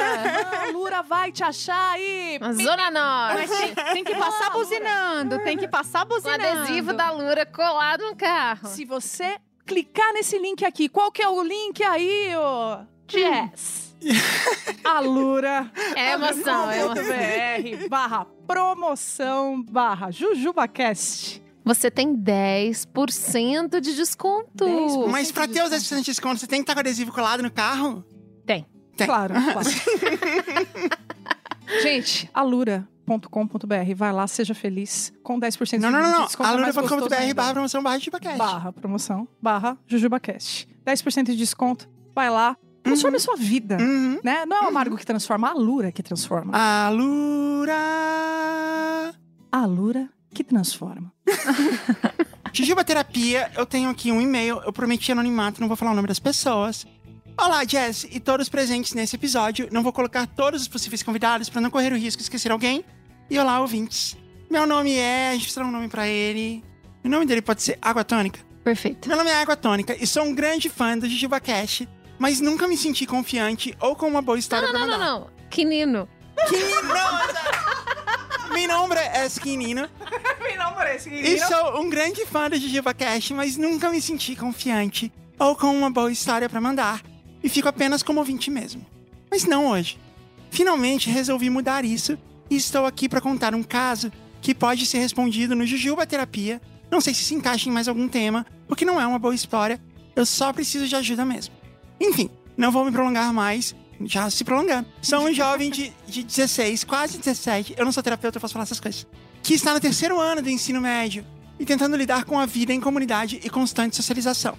A Lura vai te achar aí.
Na Zona Norte.
Mas tem, tem que passar buzinando, tem que passar
Com
buzinando.
Um adesivo da Lura colado no carro.
Se você clicar nesse link aqui, qual que é o link aí, ô?
(laughs)
Jess. Alura.
É emoção, é emoção.
BR (laughs) barra promoção barra JujubaCast.
Você tem 10% de desconto.
10%.
Mas pra ter os 10% de desconto, você tem que estar com adesivo colado no carro? Tem.
Claro. claro. Gente, alura.com.br. Vai lá, seja feliz. Com 10%
Não, não,
de
não, não.
desconto. é mais gostoso
Aluna.com.br
ainda.
barra promoção barra de paquete.
barra promoção barra JujubaCast. 10% de desconto. Vai lá. Transforme a sua vida.
Uhum. Ah.
Né? Não é o amargo que transforma, a alura que transforma.
Alura.
A alura que transforma.
Jujuba Terapia, eu tenho aqui um e-mail, eu prometi anonimato, não vou falar o nome das pessoas. Olá, Jess e todos presentes nesse episódio. Não vou colocar todos os possíveis convidados para não correr o risco de esquecer alguém. E olá, ouvintes. Meu nome é, a gente terá um nome para ele. O nome dele pode ser Água Tônica.
Perfeito.
Meu nome é Água Tônica e sou um grande fã do Jujuba Cash, mas nunca me senti confiante ou com uma boa história
Não,
pra
não,
mandar.
não. Quinino. (laughs)
Meu nome é Skinino E sou um grande fã do Jujuba Cash, mas nunca me senti confiante ou com uma boa história pra mandar. E fico apenas como ouvinte mesmo. Mas não hoje. Finalmente resolvi mudar isso e estou aqui pra contar um caso que pode ser respondido no Jujuba Terapia. Não sei se se encaixa em mais algum tema, porque não é uma boa história. Eu só preciso de ajuda mesmo. Enfim, não vou me prolongar mais. Já se prolongando. Sou um jovem de, de 16, quase 17. Eu não sou terapeuta, eu posso falar essas coisas que está no terceiro ano do ensino médio e tentando lidar com a vida em comunidade e constante socialização.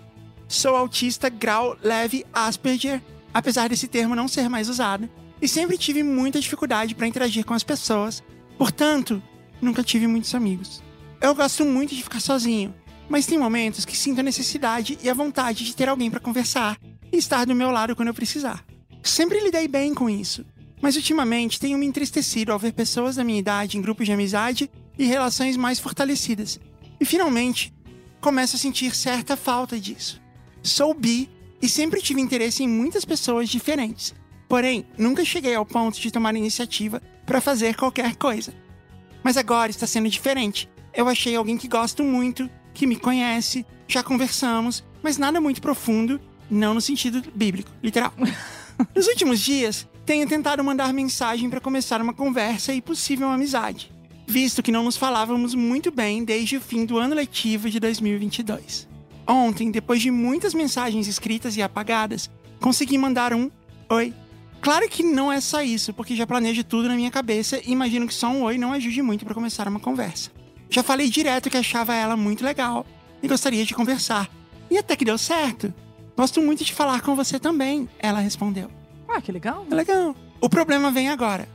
Sou autista grau leve Asperger, apesar desse termo não ser mais usado, e sempre tive muita dificuldade para interagir com as pessoas, portanto, nunca tive muitos amigos. Eu gosto muito de ficar sozinho, mas tem momentos que sinto a necessidade e a vontade de ter alguém para conversar e estar do meu lado quando eu precisar. Sempre lidei bem com isso, mas ultimamente tenho me entristecido ao ver pessoas da minha idade em grupos de amizade e relações mais fortalecidas. E finalmente, começo a sentir certa falta disso. Sou bi e sempre tive interesse em muitas pessoas diferentes. Porém, nunca cheguei ao ponto de tomar iniciativa para fazer qualquer coisa. Mas agora está sendo diferente. Eu achei alguém que gosto muito, que me conhece, já conversamos, mas nada muito profundo, não no sentido bíblico, literal. Nos últimos dias, tenho tentado mandar mensagem para começar uma conversa e possível amizade, visto que não nos falávamos muito bem desde o fim do ano letivo de 2022. Ontem, depois de muitas mensagens escritas e apagadas, consegui mandar um oi. Claro que não é só isso, porque já planejo tudo na minha cabeça e imagino que só um oi não ajude muito para começar uma conversa. Já falei direto que achava ela muito legal e gostaria de conversar. E até que deu certo. Gosto muito de falar com você também, ela respondeu.
Ah, que legal.
É legal. O problema vem agora.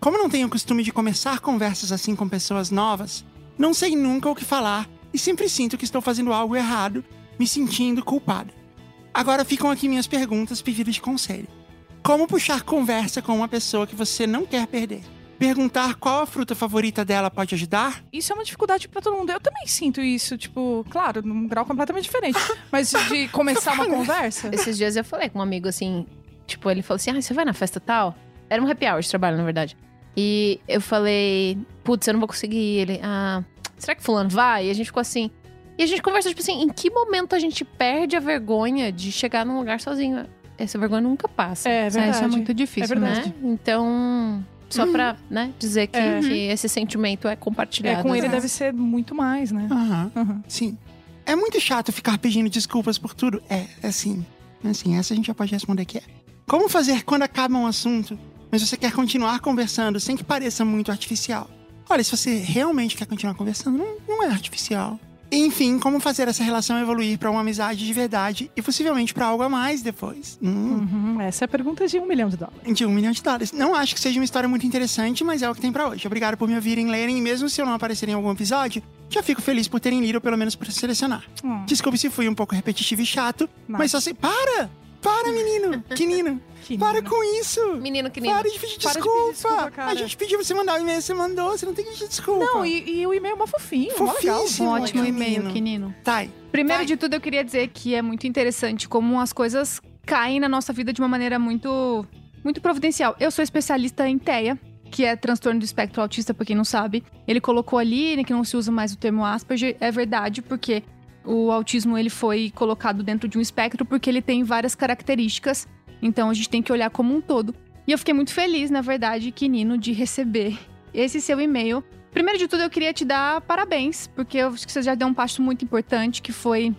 Como não tenho o costume de começar conversas assim com pessoas novas, não sei nunca o que falar e sempre sinto que estou fazendo algo errado, me sentindo culpada. Agora ficam aqui minhas perguntas, pedidos de conselho. Como puxar conversa com uma pessoa que você não quer perder? Perguntar qual a fruta favorita dela pode ajudar?
Isso é uma dificuldade pra todo mundo. Eu também sinto isso, tipo, claro, num grau completamente
(laughs)
diferente. Mas de começar uma conversa.
Esses dias eu falei com um amigo assim, tipo, ele falou assim: ah, você vai na festa tal? Era um happy hour de trabalho, na verdade. E eu falei, putz, eu não vou conseguir ir. Ele, ah, será que fulano vai? E a gente ficou assim. E a gente conversou, tipo assim, em que momento a gente perde a vergonha de chegar num lugar sozinho? Essa vergonha nunca passa.
É
sabe?
verdade.
Isso é muito
É
difícil,
verdade.
né? Então, só pra né, dizer que,
É.
que esse sentimento é compartilhado.
É, com ele
né?
deve ser muito mais, né?
Aham.
Aham.
Sim. É muito chato ficar pedindo desculpas por tudo. É, é sim. Assim, essa a gente já pode responder que é. Como fazer quando acaba um assunto, mas você quer continuar conversando sem que pareça muito artificial? Olha, se você realmente quer continuar conversando, não, não é artificial. Enfim, como fazer essa relação evoluir pra uma amizade de verdade e possivelmente pra algo a mais depois? Hum,
Uhum, Essa é a pergunta de um milhão de dólares.
de um milhão de dólares. Não acho que seja uma história muito interessante, mas é o que tem pra hoje. Obrigado por me ouvirem, lerem, e mesmo se eu não aparecer em algum episódio, Já fico feliz por terem lido, ou pelo menos por selecionar.
Hum,
Desculpe se fui um pouco repetitivo e chato,
Não.
mas só sei. Para! Para, menino! Quenino!
que
Para
lindo.
com isso!
Menino que nem.
Para de pedir
Para de pedir
desculpa!
desculpa, cara.
a gente pediu pra você mandar o e-mail, você mandou, você não tem que pedir desculpa.
Não, e, e o e-mail é mó fofinho. mó legal.
Fofíssimo,
Um ótimo
É menino.
e-mail, Quinino.
Tá,
Primeiro
Vai.
de tudo, eu queria dizer que é muito interessante como as coisas caem na nossa vida de uma maneira muito, muito providencial. Eu sou especialista em TEA, que é transtorno do espectro autista, pra quem não sabe. Ele colocou ali né, que não se usa mais o termo Asperger. É verdade, porque o autismo ele foi colocado dentro de um espectro porque ele tem várias características. Então a gente tem que olhar como um todo. E eu fiquei muito feliz, na verdade, Quinino, de receber esse seu e-mail. Primeiro de tudo, eu queria te dar parabéns, porque eu acho que você já deu um passo muito importante, que foi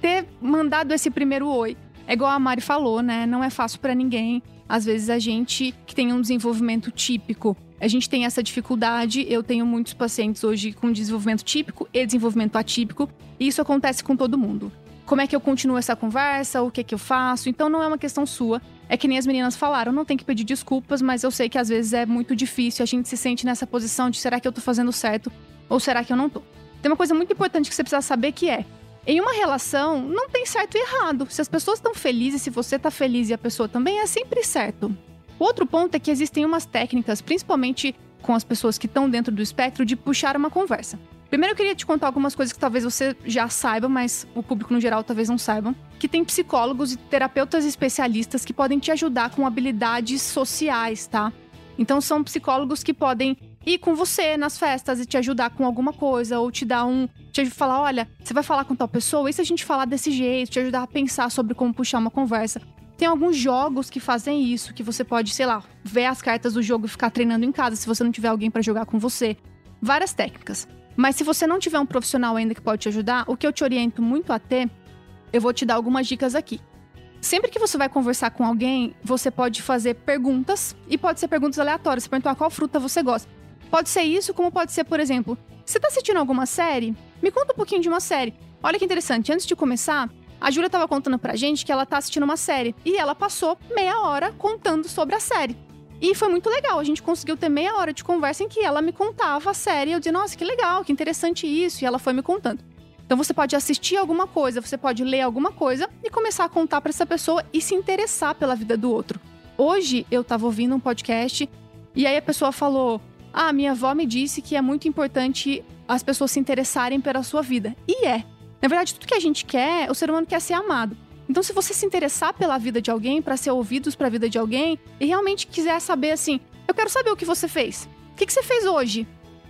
ter mandado esse primeiro oi. É igual a Mari falou, né? Não é fácil pra ninguém. Às vezes a gente que tem um desenvolvimento típico, a gente tem essa dificuldade. Eu tenho muitos pacientes hoje com desenvolvimento típico e desenvolvimento atípico, e isso acontece com todo mundo. Como é que eu continuo essa conversa? O que é que eu faço? Então não é uma questão sua. É que nem as meninas falaram, não tem que pedir desculpas, mas eu sei que às vezes é muito difícil, a gente se sente nessa posição de será que eu tô fazendo certo ou será que eu não tô. Tem uma coisa muito importante que você precisa saber que é, em uma relação não tem certo e errado. Se as pessoas estão felizes, se você tá feliz e a pessoa também, é sempre certo. O outro ponto é que existem umas técnicas, principalmente com as pessoas que estão dentro do espectro, de puxar uma conversa. Primeiro eu queria te contar algumas coisas que talvez você já saiba, mas o público no geral talvez não saibam que tem psicólogos e terapeutas especialistas que podem te ajudar com habilidades sociais, tá? Então são psicólogos que podem ir com você nas festas e te ajudar com alguma coisa ou te dar um, te aj- falar, olha, você vai falar com tal pessoa, e se a gente falar desse jeito, te ajudar a pensar sobre como puxar uma conversa. Tem alguns jogos que fazem isso, que você pode, sei lá, ver as cartas do jogo e ficar treinando em casa se você não tiver alguém pra jogar com você. Várias técnicas. Mas se você não tiver um profissional ainda que pode te ajudar, o que eu te oriento muito a ter eu vou te dar algumas dicas aqui. Sempre que você vai conversar com alguém, você pode fazer perguntas e pode ser perguntas aleatórias. Você perguntar qual fruta você gosta. Pode ser isso, como pode ser, por exemplo, você tá assistindo alguma série? Me conta um pouquinho de uma série. Olha que interessante, antes de começar, a Júlia tava contando pra gente que ela tá assistindo uma série e ela passou meia hora contando sobre a série. E foi muito legal, a gente conseguiu ter meia hora de conversa em que ela me contava a série. Eu dizia, nossa, que legal, que interessante isso. E ela foi me contando. Então você pode assistir alguma coisa, você pode ler alguma coisa e começar a contar pra essa pessoa e se interessar pela vida do outro. Hoje eu tava ouvindo um podcast e aí a pessoa falou: "Ah, minha avó me disse que é muito importante as pessoas se interessarem pela sua vida". E é. Na verdade, tudo que a gente quer, o ser humano quer ser amado. Então, se você se interessar pela vida de alguém, pra ser ouvidos pra vida de alguém e realmente quiser saber assim, eu quero saber o que você fez. O que, que você fez hoje?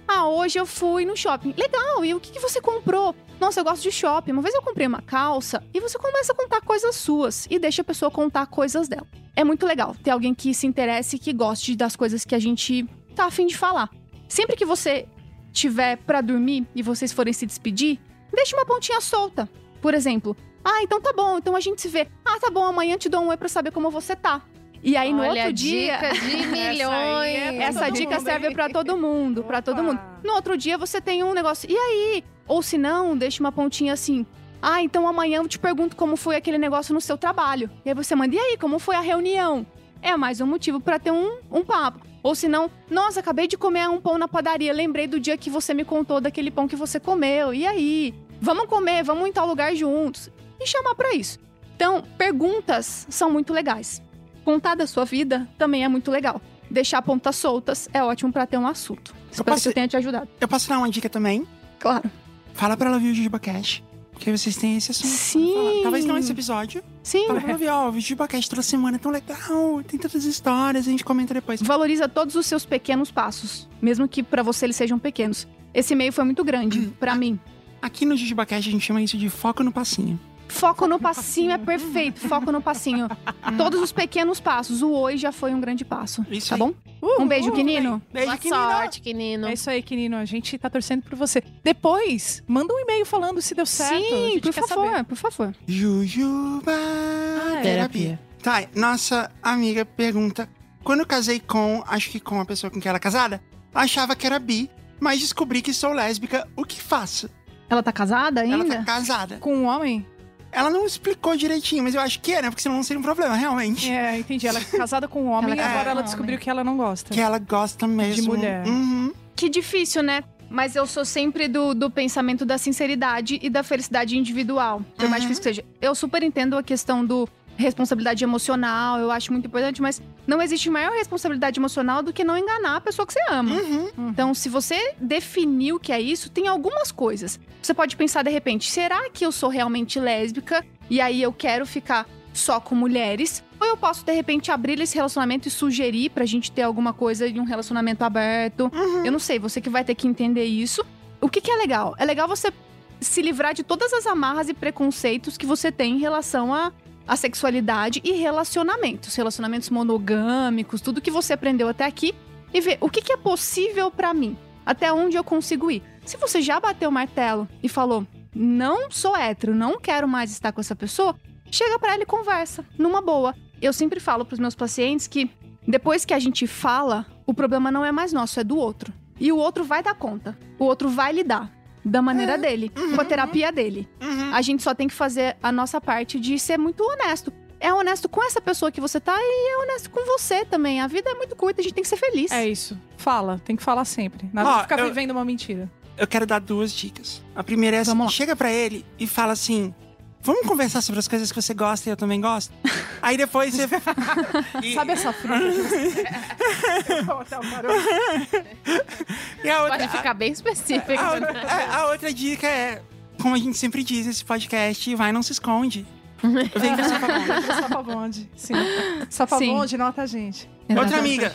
Ah, hoje eu fui no shopping. Legal, e o que, que você comprou? Nossa, eu gosto de shopping. Uma vez eu comprei uma calça e você começa a contar coisas suas e deixa a pessoa contar coisas dela. É muito legal ter alguém que se interesse e que goste das coisas que a gente tá afim de falar. Sempre que você tiver pra dormir e vocês forem se despedir, deixa uma pontinha solta. Por exemplo, ah, então tá bom, então a gente se vê. Ah, tá bom, amanhã eu te dou um oi pra saber como você tá. E aí no
Olha
outro
a
dia.
dica de milhões.
é pra
Essa
todo
dica
mundo,
serve
hein?
pra todo mundo, pra todo
Opa.
mundo. No outro dia você tem um negócio. E aí? Ou se não, deixa uma pontinha assim. Ah, então amanhã eu te pergunto como foi aquele negócio no seu trabalho. E aí você manda, e aí, como foi a reunião? É mais um motivo pra ter um, um papo. Ou se não, nossa, acabei de comer um pão na padaria. Lembrei do dia que você me contou daquele pão que você comeu. E aí? Vamos comer, vamos em tal lugar juntos. E chamar pra isso. Então, perguntas são muito legais. Contar da sua vida também é muito legal. Deixar pontas soltas é ótimo pra ter um assunto. Espero
posso-
que eu tenha te ajudado.
eu posso dar uma dica também?
Claro.
Fala pra ela ouvir o Jujubacast, porque vocês têm esse assunto.
Sim.
Fala. Talvez não esse episódio.
Sim.
Fala pra ela ouvir, ó, o Jujubacast toda semana é tão legal, tem tantas histórias, a gente comenta depois.
Valoriza todos os seus pequenos passos, mesmo que pra você eles sejam pequenos. Esse e-mail foi muito grande pra mim.
Aqui no Jujubacast a gente chama isso de foco no passinho.
Foco no passinho é perfeito. Foco no passinho. Todos os pequenos passos. O oi já foi um grande passo.
Isso
tá
aí.
bom? Um
Uhum.
beijo, Quinino.
Beijo,
Boa
Quinino.
sorte, Quinino.
Uh, É isso aí, Quinino. A gente tá torcendo por você. Depois, manda um e-mail falando se deu certo. a
Sim,
gente
por
quer
favor,
saber.
por favor.
Jujuba
Ah, é.
terapia. Tá, nossa amiga pergunta: Quando eu casei com, acho que com a pessoa com quem ela é casada, achava que era bi, mas descobri que sou lésbica, o que faço?
Ela tá casada ainda?
Ela tá casada.
Com um homem?
Ela não explicou direitinho, mas eu acho que é, né? Porque senão não seria um problema, realmente.
É, entendi. Ela é casada com um homem
Ela
e
é
agora
casada
ela
com um
descobriu
homem.
que ela não gosta.
Que ela gosta mesmo.
mulher.
Uhum.
Que difícil, né? Mas eu sou sempre do, do pensamento da sinceridade e da felicidade individual. Por mais difícil que seja. Eu super entendo a questão do responsabilidade emocional, eu acho muito importante, mas não existe maior responsabilidade emocional do que não enganar a pessoa que você ama.
uhum.
Hum.
Então, se você definiu que é isso, tem algumas coisas. Você pode pensar de repente, será que eu sou realmente lésbica e aí eu quero ficar só com mulheres? Ou eu posso de repente abrir esse relacionamento e sugerir pra gente ter alguma coisa de um relacionamento aberto? Eu não sei, você que vai ter que entender isso. O que que é legal? É legal você se livrar de todas as amarras e preconceitos que você tem em relação a a sexualidade e relacionamentos, relacionamentos monogâmicos, tudo que você aprendeu até aqui e ver o que, que é possível pra mim, até onde eu consigo ir. Se você já bateu o martelo e falou, não sou hétero, não quero mais estar com essa pessoa, chega pra ela e conversa, numa boa. Eu sempre falo pros meus pacientes que depois que a gente fala, o problema não é mais nosso, é do outro. E o outro vai dar conta, o outro vai lidar, da
É.
maneira dele, com a terapia dele.
Uhum.
A gente só tem que fazer a nossa parte de ser muito honesto. É honesto com essa pessoa que você tá e é honesto com você também. A vida é muito curta, a gente tem que ser feliz.
É isso. Fala, tem que falar sempre. Nada
Ó,
de ficar
eu-
vivendo uma mentira.
Eu quero dar duas dicas. A primeira é
Vamos
assim,
lá.
chega pra ele e fala assim: "Vamos conversar sobre as coisas que você gosta e eu também
(laughs)
gosto". Aí depois você (laughs) e,
Sabe essa fruta?
(laughs) e a outra,
Pode ficar bem específico. né?
a, a- a outra dica é, como a gente sempre diz nesse podcast, vai não se esconde. Vem com
(laughs)
essa
Sapabonde. Sim. Sapabonde, nota a gente.
Outra amiga.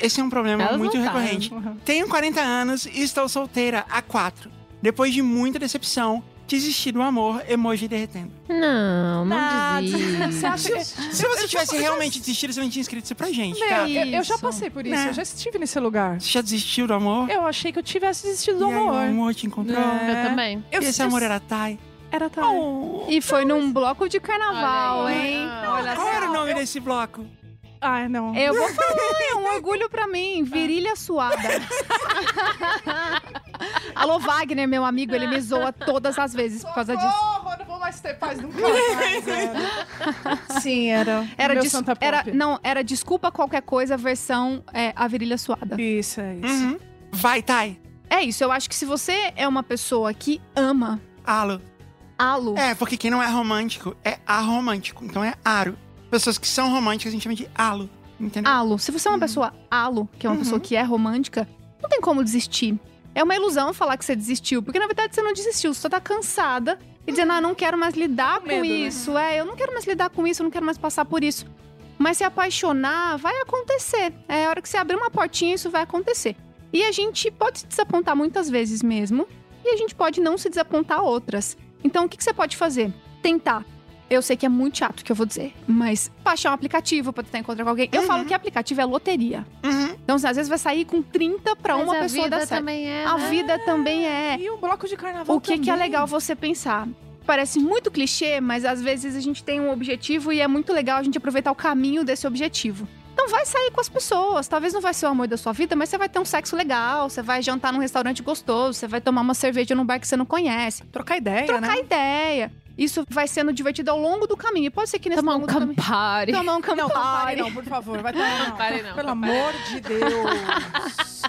Esse é um problema
Elas
muito
não sabem.
recorrente. Tenho 40 anos e estou solteira há 4. Depois de muita decepção, desisti do amor, emoji derretendo.
Não, não
Ah, Você
desista.
acha que...
Se você tivesse realmente desistido, você não tinha inscrito isso pra gente, tá?
Meu, eu, eu já
Isso.
passei por isso,
Né?
eu já estive nesse lugar.
Você já desistiu do amor?
Eu achei que eu tivesse desistido do
e aí, o
amor.
amor te encontrou?
Né?
Eu também.
Eu-
E esse
eu- Oh.
amor era Thay?
Era tal.
E foi num bloco de carnaval,
Olha aí.
hein?
Olha
Qual era o nome desse bloco?
Ah, não.
Eu vou falar, é um orgulho pra mim. Virilha suada. (laughs) Alô, Wagner, meu amigo, ele me zoa todas as vezes por causa disso.
Socorro, não vou mais ter paz nunca mais. era. Sim, era.
Era,
Meu
des-
Santa Pop.
era Não, era desculpa qualquer coisa, versão é, a virilha suada.
Isso, é isso.
Uhum. Vai, Thay.
É isso, eu acho que se você é uma pessoa que ama
Alo.
alo,
É, porque quem não é romântico é aromântico. Então é aro. Pessoas que são românticas a gente chama de alo. Entendeu?
alo. Se você é uma pessoa alo, que é uma pessoa que é romântica, não tem como desistir. É uma ilusão falar que você desistiu, porque na verdade você não desistiu, você só tá cansada e dizendo, ah, não quero mais lidar com,
medo, né?
isso, é, eu não quero mais lidar com isso, eu não quero mais passar por isso. Mas se apaixonar, vai acontecer. É a hora que você abrir uma portinha, isso vai acontecer. E a gente pode se desapontar muitas vezes mesmo, e a gente pode não se desapontar outras. Então, o que, que você pode fazer? Tentar. Eu sei que é muito chato o que eu vou dizer, mas baixar um aplicativo pra tentar encontrar com alguém. Eu
Uhum.
falo que aplicativo é loteria.
Uhum.
Então, às vezes vai sair com 30 pra
Mas
uma
a
pessoa
vida
da certo.
também é.
A
né?
vida também é.
E um bloco de carnaval
O que, que é
também.
legal você pensar? Parece muito clichê, mas às vezes a gente tem um objetivo e é muito legal a gente aproveitar o caminho desse objetivo. Então vai sair com as pessoas. Talvez não vai ser o amor da sua vida, mas você vai ter um sexo legal, você vai jantar num restaurante gostoso, você vai tomar uma cerveja num bar que você não conhece.
Trocar ideia,
Trocar
né?
ideia. Isso vai sendo divertido ao longo do caminho. E pode ser que nesse
Tomar um
longo do caminho-
Campari.
Tomar um
Não, não, pare
campari.
não, por favor. Vai tomar não.
Pare não,
Pelo
pare.
amor de Deus.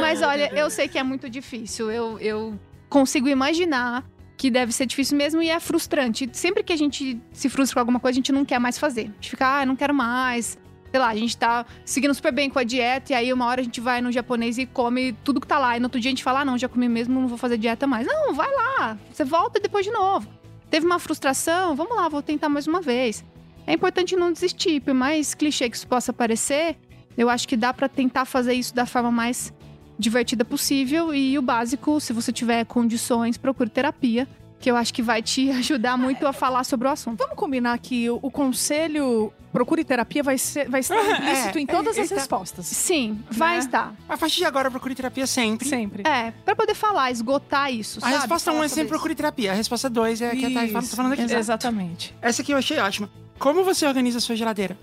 Mas olha, eu sei que é muito difícil. Eu, eu consigo imaginar que deve ser difícil mesmo e é frustrante. Sempre que a gente se frustra com alguma coisa, a gente não quer mais fazer. A gente fica, ah, eu não quero mais. Sei lá, a gente tá seguindo super bem com a dieta e aí uma hora a gente vai no japonês e come tudo que tá lá. E no outro dia a gente fala, ah, não, já comi mesmo, não vou fazer dieta mais. Não, vai lá. Você volta depois de novo. Teve uma frustração, vamos lá, vou tentar mais uma vez. É importante não desistir, por mais clichê que isso possa parecer, eu acho que dá pra tentar fazer isso da forma mais divertida possível e o básico, se você tiver condições, procure terapia, que eu acho que vai te (laughs) ajudar muito a falar sobre o assunto.
Vamos combinar que o, o conselho Procure Terapia vai, ser, vai estar implícito em todas
é,
as
tá-
respostas.
Sim, vai
Né?
estar.
A partir de agora, procure terapia sempre.
Sempre.
É, pra poder falar, esgotar isso,
A
sabe?
resposta 1 um
Falar
é
sobre
sempre procure terapia. A resposta 2 é que a Thay fala,
Isso,
tá falando aqui.
exato. Exatamente.
Essa aqui eu achei ótima. Como você organiza a sua geladeira?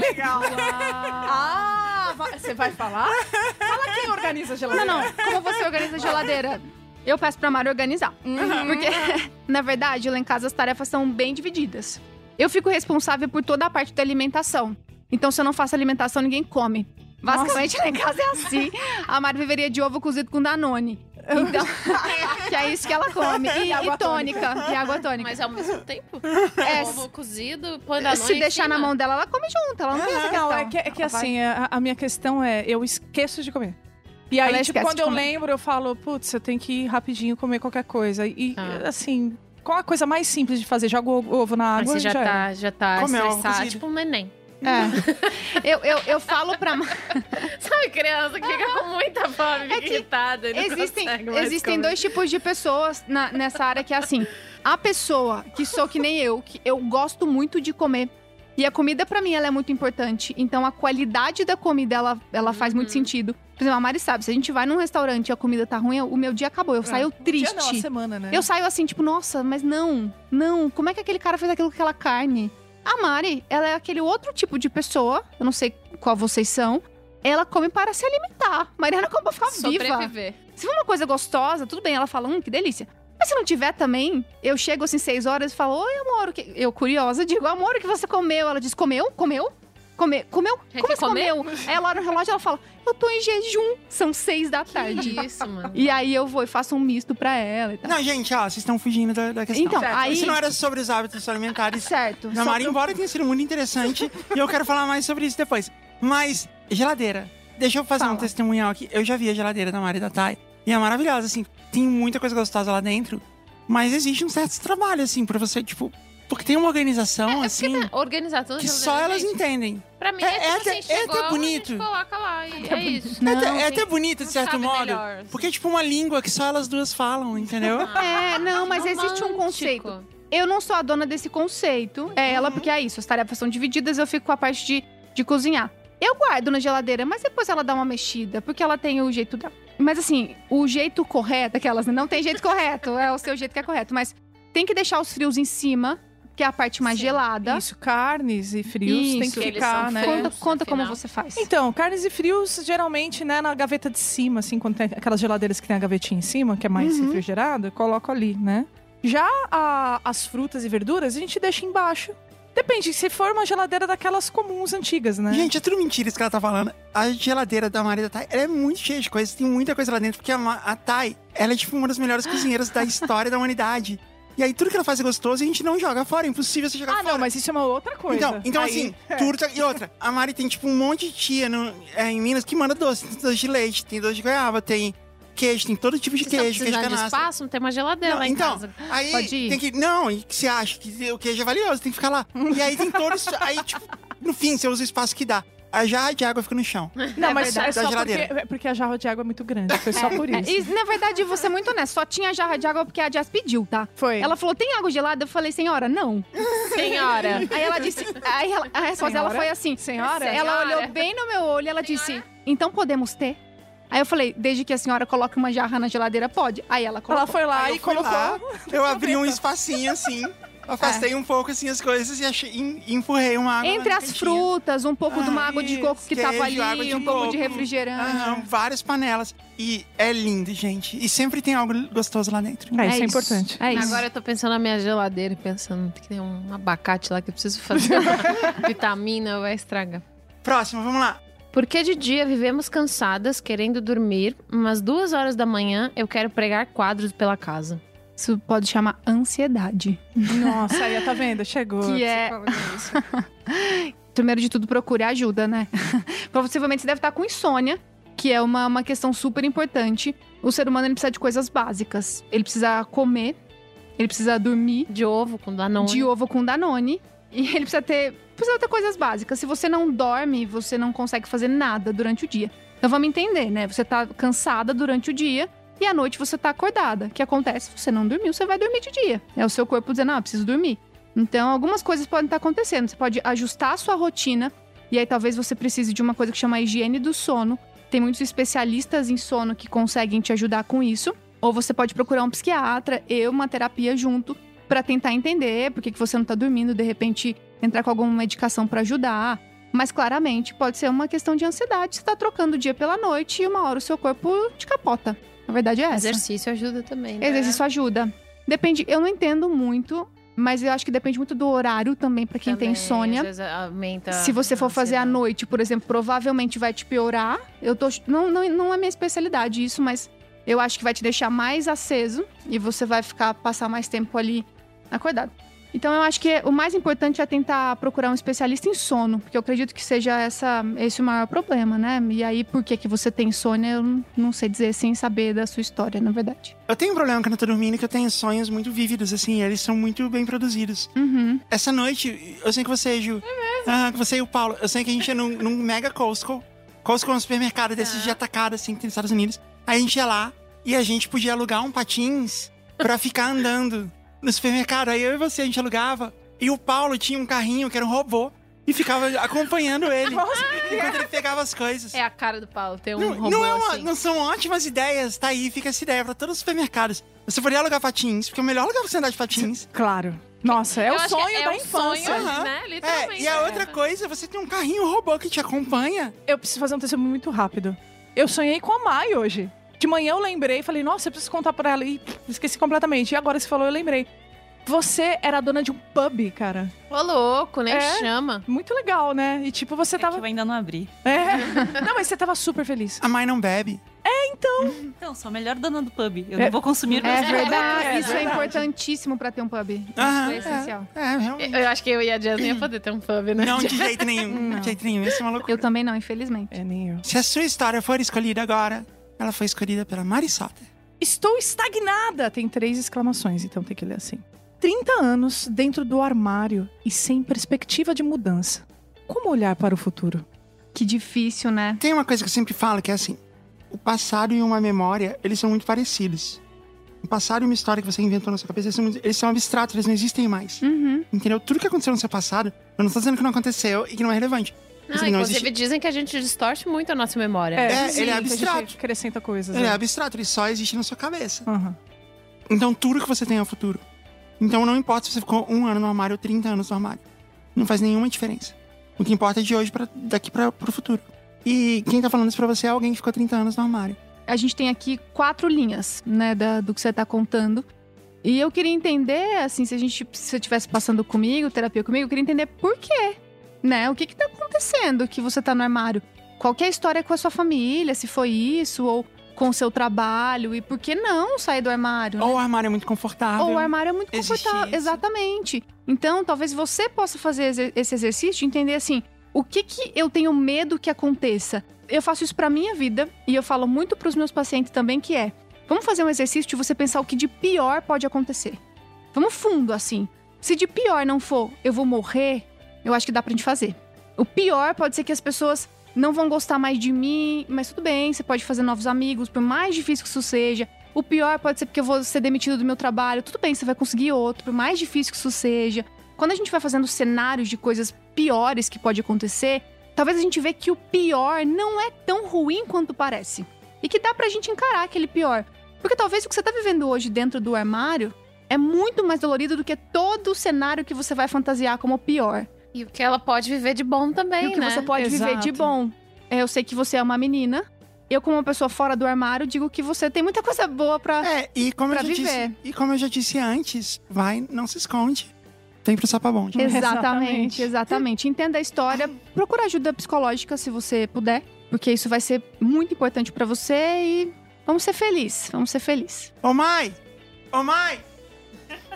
Legal.
(laughs)
Ah, va- você vai falar? (laughs) Fala quem organiza a
isso.
geladeira.
Não, não, como você organiza a geladeira? Eu peço pra Mari organizar.
Uhum.
Porque, (laughs) na verdade, lá em casa as tarefas são bem divididas. Eu fico responsável por toda a parte da alimentação. Então, se eu não faço alimentação, ninguém come. Basicamente, lá em casa é assim. A Mari viveria de ovo cozido com Danone. Então, (laughs) que é isso que ela come. E, e
água tônica.
tônica. E água tônica.
Mas ao mesmo tempo,
É,
ovo cozido, põe
é
da
Se deixar na mão dela, ela come junto. Ela não tem essa questão.
né? Não, é que, é que
Ela Então, vai-
assim, a, a minha questão é, eu esqueço de comer. E aí,
Ela
tipo,
esquece
quando
de
eu
comer.
lembro, eu falo, putz, eu tenho que ir rapidinho comer qualquer coisa. E,
Ah.
assim, qual a coisa mais simples de fazer? Joga o ovo na
Mas
água e
você
já,
já
era.
tá, já tá
Come ovo
estressada,
cozido.
tipo um neném.
É. Eu, eu, eu falo pra. Ma-
Sabe criança que fica com muita fome, fica
É que
irritada e não
Existem,
consegue mais
existem
comer.
dois tipos de pessoas na- nessa área que é assim. A pessoa que sou que nem eu, que eu gosto muito de comer. E a comida, pra mim, ela é muito importante. Então, a qualidade da comida, ela, ela faz
Uhum.
muito sentido. Por exemplo, a Mari sabe, se a gente vai num restaurante e a comida tá ruim, o meu dia acabou.
Ah,
Eu saio
Dia
triste.
não, a semana, né?
Eu saio assim, tipo, nossa, mas não, não, como é que aquele cara fez aquilo com aquela carne? A Mari, ela é aquele outro tipo de pessoa, eu não sei qual vocês são, ela come para se alimentar. Mariana come pra ficar viva.
Sobreviver.
Se for uma coisa gostosa, tudo bem, ela fala, hum, que delícia. Mas se não tiver também, eu chego assim seis horas e falo, oi, amor, o que... eu curiosa, digo, amor, o que você comeu? Ela diz, comeu? Comeu? Come, comeu?
Quer
Como
que
você comeu? Aí ela olha no relógio e ela fala, eu tô em jejum, são seis da tarde.
Que isso, mano.
E aí eu vou e faço um misto pra ela e tal.
Não, gente, ó, vocês estão fugindo da, da questão.
Tá. Então,
Certo,
aí...
Isso não é era sobre os hábitos alimentares
Certo.
da
Só
Mari,
pra-
embora tenha sido muito interessante, e eu quero falar mais sobre isso depois. Mas, geladeira. Deixa eu fazer
Fala.
um testemunhal aqui. Eu já vi a geladeira da Mari e da Thay, e é maravilhosa, assim. Tem muita coisa gostosa lá dentro, mas existe um certo trabalho, assim, pra você, tipo... Porque tem uma
É,
organização, assim,
Organizar tá tudo
que
junto,
só elas
gente.
entendem.
Pra mim,
É-
é,
é
tipo
até-
assim, chegou,
é até
a
bonito.
gente coloca lá e é isso.
é até, é até
tem-
bonito, de
não
certo
sabe
modo.
melhor, assim.
Porque é tipo uma língua que só elas duas falam, entendeu?
É, não, mas existe um conceito.
Romântico.
Eu não sou a dona desse conceito. É ela, porque é isso. As tarefas são divididas, eu fico com a parte de, de cozinhar. Eu guardo na geladeira, mas depois ela dá uma mexida, porque ela tem o jeito dela. Mas assim, o jeito correto, aquelas, né? não tem jeito correto, é o seu jeito que é correto. Mas tem que deixar os frios em cima, que é a parte mais
Sim,
gelada.
Isso, carnes e frios tem
Isso,
que
eles
ficar,
são
né?
frios.
Conta, conta como
afinal.
você faz.
Então, carnes e frios, geralmente, né, na gaveta de cima, assim, quando tem aquelas geladeiras que tem a gavetinha em cima, que é mais
Uhum.
refrigerado, eu coloco ali, né? Já a- as frutas e verduras, a gente deixa embaixo. Depende, se for uma geladeira daquelas comuns antigas, né?
Gente, é tudo mentira isso que ela tá falando. A geladeira da Maria da Thay, ela é muito cheia de coisas, tem muita coisa lá dentro, porque a, Ma- a Thay, ela é tipo uma das melhores cozinheiras
(laughs)
da história da humanidade. E aí tudo que ela faz é gostoso e a gente não joga fora, é impossível você jogar
ah,
fora.
não, mas isso é uma outra coisa.
Então, então
Aí-
assim,
(laughs) é.
turta e outra. A Mari tem, tipo, um monte de tia no- é, em Minas que manda doce. Tem doce de leite, tem doce de goiaba, tem queijo, tem todo tipo de
Vocês estão
queijo, queijo
precisando de
canastra.
espaço? Não tem uma geladeira
Não,
lá em
então,
casa.
Aí
Pode ir?
tem que. Não, e que você acha que o queijo é valioso, tem que ficar lá. E aí tem todos. aí, tipo, no fim, você usa o espaço que dá. A jarra de água fica no chão.
Não,
é
mas
verdade.
é só
Da
porque,
geladeira.
é porque a jarra de água é muito grande. Foi só por isso.
É, e, na verdade, você é muito honesta. Só tinha jarra de água porque a Jazz pediu, tá?
Foi.
Ela falou: tem água gelada? Eu falei, senhora, não.
Senhora.
Aí ela disse. Aí ela- a resposta dela
Senhora?
foi assim:
Senhora?
Ela
Senhora.
olhou bem no meu olho e ela disse: Então podemos ter? Aí eu falei: Desde que a senhora coloque uma jarra na geladeira, pode. Aí ela
Ela
colocou.
foi lá
Aí
e
eu fui
colocou.
lá, eu abri um espacinho
(laughs)
assim, afastei um pouco assim as coisas e achei, em- empurrei uma água. lá
É. Entre
no
as
cantinho.
frutas, um pouco de uma
Ah,
água de
isso,
coco que tava ali,
"Ah, queijo, água de
um pouco de
coco.
refrigerante.
Aham, várias panelas. E é lindo, gente. E sempre tem algo gostoso lá dentro.
É, isso é importante.
(laughs) É isso.
Agora eu tô pensando na minha geladeira e pensando que tem um abacate lá que eu
(laughs)
preciso fazer. Vitamina vai estragar.
Próximo, vamos lá.
Porque de dia vivemos cansadas, querendo dormir, mas duas horas da manhã eu quero pregar quadros pela casa.
Isso pode chamar ansiedade.
Nossa, aí tá vendo? Chegou.
Que é- Primeiro de tudo, procure ajuda, né? (laughs) Provavelmente você deve estar com insônia, que é uma, uma questão super importante. O ser humano ele precisa de coisas básicas. Ele precisa comer, ele precisa dormir,
De ovo com danone.
de ovo com Danone. E (laughs) ele precisa ter, precisa ter coisas básicas. Se você não dorme, você não consegue fazer nada durante o dia. Então vamos entender, né? Você tá cansada durante o dia e à noite você tá acordada. O que acontece? Você não dormiu, você vai dormir de dia. É o seu corpo dizendo, ah, eu preciso dormir. Então algumas coisas podem estar acontecendo. Você pode ajustar a sua rotina e aí talvez você precise de uma coisa que chama higiene do sono. Tem muitos especialistas em sono que conseguem te ajudar com isso. Ou você pode procurar um psiquiatra e uma terapia junto Pra tentar entender por que, que você não tá dormindo, de repente entrar com alguma medicação pra ajudar. Mas claramente pode ser uma questão de ansiedade. Você tá trocando o dia pela noite e uma hora o seu corpo te capota. Na verdade é essa.
Exercício ajuda também. Né?
Exercício ajuda. Depende, eu não entendo muito Mas eu acho que depende muito do horário também pra quem tem
Também,
insônia.
às vezes aumenta
Se você for
a
fazer à
ansiedade.
noite, por exemplo, provavelmente vai te piorar. Eu tô. Não, não, não é minha especialidade isso, mas eu acho que vai te deixar mais aceso e você vai ficar, passar mais tempo ali acordado. Então eu acho que o mais importante é tentar procurar um especialista em sono, porque eu acredito que seja essa, esse o maior problema, né? E aí, por que, que você tem insônia, eu não- não sei dizer sem saber da sua história, na verdade.
Eu tenho um problema quando eu tô dormindo que eu tenho sonhos muito vívidos, assim, e eles são muito bem produzidos.
Uhum.
Essa noite, eu sei que você, Ju.
É
Ah, que você e o Paulo. Eu sei que a gente ia num, num mega Costco. Costco é um supermercado
Tá.
desses de atacado, assim, que tem nos Estados Unidos. Aí a gente ia lá e a gente podia alugar um patins pra ficar andando no supermercado. Aí eu e você, a gente alugava. E o Paulo tinha um carrinho que era um robô e ficava acompanhando
(laughs)
ele enquanto ele pegava as coisas.
É a cara do Paulo, tem um
Não,
robô
não é uma-
assim.
não são ótimas ideias, tá aí, fica essa ideia pra todos os supermercados. Você poderia alugar patins, porque é o melhor lugar pra você andar de patins.
Claro. Nossa, é
Eu
o
acho que
sonho
é
da
um
infância.
sonho,
Aham.
né?
É,
Literalmente.
e a
né?
outra coisa, você tem um carrinho robô que te acompanha.
Eu preciso fazer um testemunho muito rápido. Eu sonhei com a Mai hoje. De manhã eu lembrei e falei, nossa, eu preciso contar pra ela. E pff, esqueci completamente. E agora que você falou, eu lembrei. Você era dona de um pub, cara.
Ô, louco, né?
É.
Chama.
Muito legal, né? E tipo, você
É que
tava.
eu ainda não abri.
É. (laughs) Não, mas você tava super feliz.
A mãe não bebe.
Então, sou a melhor dona do pub. Eu
É.
não vou consumir
É
meus
verdade,
É
isso é
verdade.
importantíssimo pra ter um pub. Isso
Aham,
é essencial.
É, realmente.
Eu eu acho que eu e a Jazz nem ia poder ter um pub, né? (laughs)
Não, de jeito nenhum.
Não.
De jeito nenhum. Isso é uma loucura.
Eu também não, infelizmente.
É, nem eu.
Se a sua história for escolhida agora, ela foi escolhida pela Mari Soter.
Estou estagnada! Tem três exclamações, então tem que ler assim. 30 anos dentro do armário e sem perspectiva de mudança. Como olhar para o futuro?
Que difícil, né?
Tem uma coisa que eu sempre falo que é assim: o passado e uma memória, eles são muito parecidos. O passado e uma história que você inventou na sua cabeça, eles são, muito- eles são abstratos, eles não existem mais.
Uhum.
Entendeu? Tudo que aconteceu no seu passado, eu não tô dizendo que não aconteceu e que não é relevante.
Não,
Assim, não
inclusive
existe-
dizem que a gente distorce muito a nossa memória.
É, ele é
que a gente
abstrato.
Acrescenta coisas.
Ele é
né?
abstrato, ele só existe na sua cabeça.
Aham.
Então tudo que você tem é o futuro. Então não importa se você ficou um ano no armário ou 30 anos no armário. Não faz nenhuma diferença. O que importa é de hoje pra, daqui para pro futuro. E quem tá falando isso pra você é alguém que ficou 30 anos no armário.
A gente tem aqui quatro linhas, né, da- do que você tá contando. E eu queria entender, assim, se a gente, se você estivesse passando comigo, terapia comigo, eu queria entender por quê, né? O que que tá acontecendo que você tá no armário? Qual que é a história com a sua família, se foi isso, ou com o seu trabalho, e por que não sair do armário, né?
Ou o armário é muito confortável.
Ou o armário é muito confortável.
Existe isso.
Exatamente. Então, talvez você possa fazer exer- esse exercício de entender assim: o que que eu tenho medo que aconteça? Eu faço isso pra minha vida e eu falo muito pros meus pacientes também que é: vamos fazer um exercício de você pensar o que de pior pode acontecer. Vamos fundo assim. Se de pior não for, eu vou morrer, eu acho que dá pra gente fazer. O pior pode ser que as pessoas não vão gostar mais de mim, mas tudo bem, você pode fazer novos amigos, por mais difícil que isso seja. O pior pode ser porque eu vou ser demitido do meu trabalho. Tudo bem, você vai conseguir outro, por mais difícil que isso seja. Quando a gente vai fazendo cenários de coisas piores que pode acontecer, talvez a gente vê que o pior não é tão ruim quanto parece. E que dá pra gente encarar aquele pior. Porque talvez o que você tá vivendo hoje dentro do armário é muito mais dolorido do que todo o cenário que você vai fantasiar como o pior.
E o que ela pode viver de bom também,
E o que
né?
você pode viver de
Exato.
bom. É, Eu sei que você é uma menina. Eu, como uma pessoa fora do armário, digo que você tem muita coisa boa pra.
É, e como, eu
Pra
já disse,
viver.
e como eu já disse antes, vai, não se esconde. Vem pro sapabonde.
(laughs) Exatamente,
Exatamente.
exatamente. Entenda a história, procura ajuda psicológica se você puder, porque isso vai ser muito importante pra você e vamos ser felizes, vamos ser felizes.
Ô mãe! Ô mãe!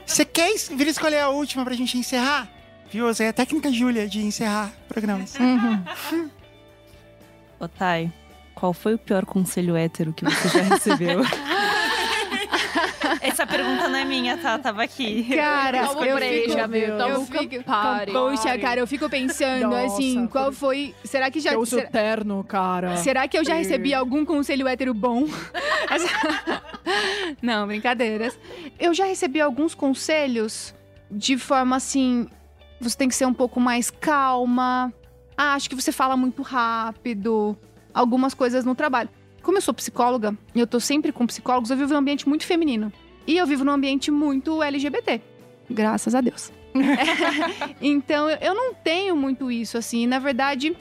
Você quer es- vir escolher a última pra gente encerrar? Viu? Usei a técnica Júlia de encerrar programas.
Ô, Thay, qual foi o pior conselho hétero que você já recebeu? Essa pergunta não é minha, tá? Tava aqui.
Cara,
Toma
eu
breja,
fico,
meu, toma
eu
um
fico,
Campari.
Poxa, cara, eu fico pensando
Nossa,
assim, qual
quando-
foi, será que já
Eu uso
será-
é terno, cara.
Será que eu já recebi algum conselho hétero bom? Essa- Não, brincadeiras. Eu já recebi alguns conselhos de forma assim: você tem que ser um pouco mais calma. Ah, acho que você fala muito rápido. Algumas coisas no trabalho. Como eu sou psicóloga e eu tô sempre com psicólogos, eu vivo num ambiente muito feminino. E eu vivo num ambiente muito LGBT. Graças a
(laughs)
Deus. então, eu- eu não tenho muito isso, assim. Na verdade,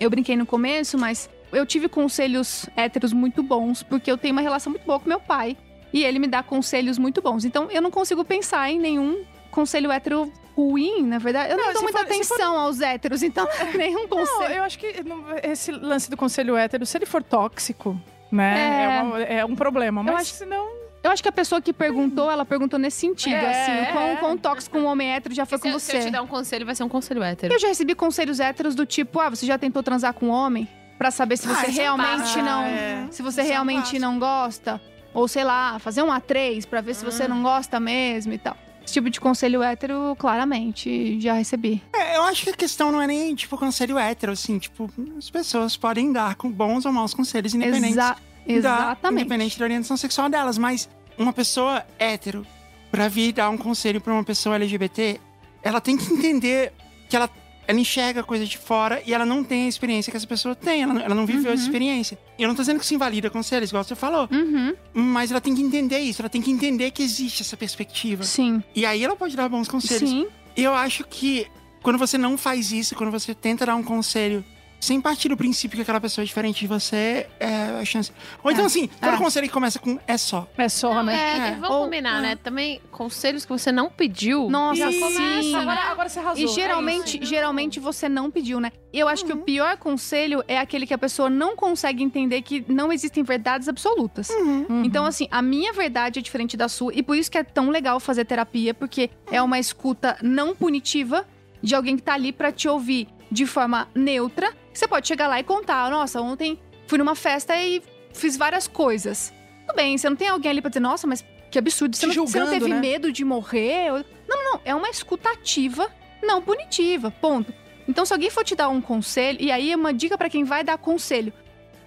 eu brinquei no começo, mas eu tive conselhos héteros muito bons, porque eu tenho uma relação muito boa com meu pai. E ele me dá conselhos muito bons. Então, eu não consigo pensar em nenhum conselho hétero ruim, na verdade. Eu não,
Não,
dou
se
muita
for- se
atenção aos héteros, então nenhum
(laughs) Não,
conselho.
eu acho que não- esse lance do conselho hétero, se ele for tóxico, né?
É.
É, uma- é um problema. Mas
acho-
senão.
Eu acho que a pessoa que perguntou, ela perguntou nesse sentido,
É,
assim, o quão,
é.
quão tóxico um homem hétero já foi
se,
com
eu- se
você.
eu te der um conselho, vai ser um conselho hétero.
Eu já recebi conselhos héteros do tipo, ah, você já tentou transar com um homem? Pra saber se
Ah,
você
isso é um
realmente
passo.
não.
Ah, é.
Se você
Isso é um
realmente
passo.
não gosta. Ou sei lá, fazer um A3 pra ver se
Hum.
você não gosta mesmo e tal. Esse tipo de conselho hétero, claramente, já recebi.
É, eu acho que a questão não é nem, tipo, conselho hétero, assim, tipo, as pessoas podem dar com bons ou maus conselhos, independente
Exa- exatamente.
Independente da orientação sexual delas, mas uma pessoa hétero, pra vir dar um conselho pra uma pessoa LGBT, ela tem que entender que ela, ela enxerga a coisa de fora e ela não tem a experiência que essa pessoa tem, ela, não- ela não viveu essa experiência. E eu não tô dizendo que isso invalida conselhos, igual você falou,
Uhum,
mas ela tem que entender isso, ela tem que entender que existe essa perspectiva.
sim,
E aí ela pode dar bons conselhos.
sim.
E eu acho que quando você não faz isso, quando você tenta dar um conselho sem partir do princípio que aquela pessoa é diferente de você, é a chance. Ou então, assim, todo
É.
conselho que começa com é só.
É só, né?
É,
É.
vamos
Ou-
combinar, né? Também conselhos que você não pediu.
Nossa, é
já começa,
sim.
né?
Agora, agora você arrasou.
E
é Uhum.
geralmente, geralmente você não pediu, né? E eu acho que o pior conselho é aquele que a pessoa não consegue entender que não existem verdades absolutas.
isso. Uhum.
Então, assim, a minha verdade é diferente da sua, e por isso que é tão legal fazer terapia, porque é uma escuta não punitiva de alguém que tá ali pra te ouvir de forma neutra. Você pode chegar lá e contar: nossa, ontem fui numa festa e fiz várias coisas. Tudo bem, você não tem alguém ali pra dizer, nossa, mas que absurdo, você,
Te
não, você não
julgando,
teve
né?
medo de morrer? Ou- Não, não, não. É uma escutativa, não punitiva. Ponto. Então, se alguém for te dar um conselho, e aí é uma dica pra quem vai dar conselho.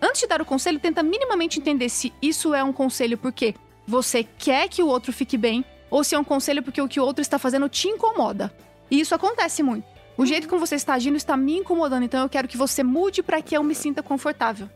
Antes de dar o conselho, tenta minimamente entender se isso é um conselho porque você quer que o outro fique bem ou se é um conselho porque o que o outro está fazendo te incomoda. E isso acontece muito. O
Uhum.
jeito como você está agindo está me incomodando, então eu quero que você mude pra que eu me sinta confortável.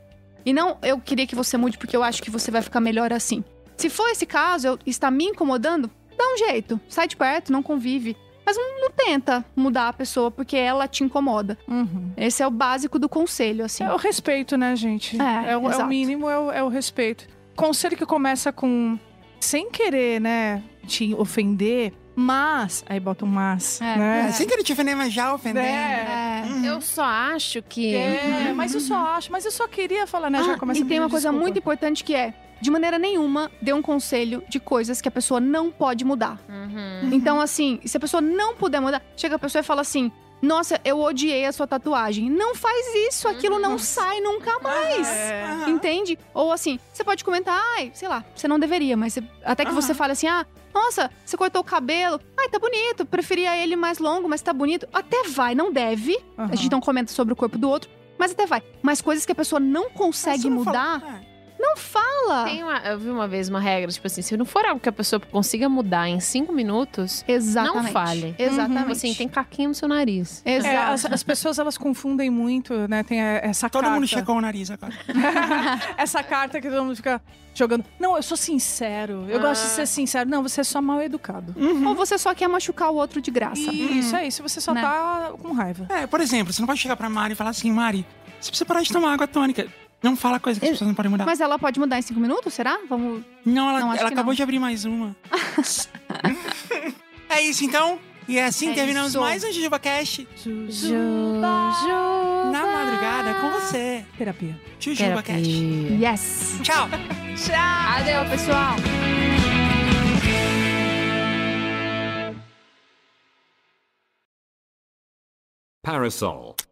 E não eu queria que você mude porque eu acho que você vai ficar melhor assim. Se for esse caso, eu, está me incomodando, dá um jeito. Sai de perto, não convive. Mas não, não tenta mudar a pessoa porque ela te incomoda.
Uhum.
Esse é o básico do conselho, assim.
É o respeito, né, gente?
É,
o,
exato.
o mínimo, é o, é o respeito. Conselho que começa com sem querer, né, te ofender, mas. Aí bota um mas, (laughs)
É,
né?
É, Sem querer te ofender, mas já ofendendo.
É.
É.
Eu só acho que.
É, mas eu só acho, mas eu só queria falar, né?
Ah,
já começa
e tem uma coisa muito
muito
importante que é, de maneira nenhuma, dê um conselho de coisas que a pessoa não pode mudar.
Uhum.
Então, assim, se a pessoa não puder mudar, chega a pessoa e fala assim: Nossa, eu odiei a sua tatuagem. Não faz isso, aquilo não sai nunca mais.
É,
Aham.
Entende? Ou assim, você pode comentar, ai, sei lá, você não deveria, mas você- até que
Aham.
você fale assim, ah, nossa, você cortou o cabelo, ai, tá bonito, preferia ele mais longo, mas tá bonito. Até vai, não deve. A gente não comenta sobre o corpo do outro, mas até vai. Mas coisas que a pessoa não consegue
Você não
mudar,
falou- é.
não fala.
Tem uma, eu vi uma vez uma regra, tipo assim, se não for algo que a pessoa consiga mudar em cinco minutos,
Exatamente.
Não fale.
um Exatamente.
assim, tem caquinho no seu nariz.
É,
Exato.
as, as pessoas elas confundem muito, né? Tem é, essa
Tá Todo
carta.
mundo checou o nariz agora.
essa carta que todo mundo fica jogando. Não, eu sou sincero. Eu
Ah.
gosto de ser sincero. Não, você é só mal educado.
Uhum.
Ou você só quer machucar o outro de graça.
E Isso aí, se você só
Né?
tá com raiva.
É, por exemplo, você não pode chegar pra Mari e falar assim, Mari, você precisa parar de tomar água tônica. Não fala coisa que as pessoas não podem mudar.
Mas ela pode mudar em cinco minutos, será? Vamos.
Não, ela,
Não, acho
ela
que
acabou
não.
de abrir mais
(laughs)
uma. é isso então. E assim
É
terminamos
isso.
mais um JujubaCast
Jujuba.
na madrugada com você.
Terapia.
JujubaCast.
Yes!
Tchau.
Adeus, pessoal!
Parasol.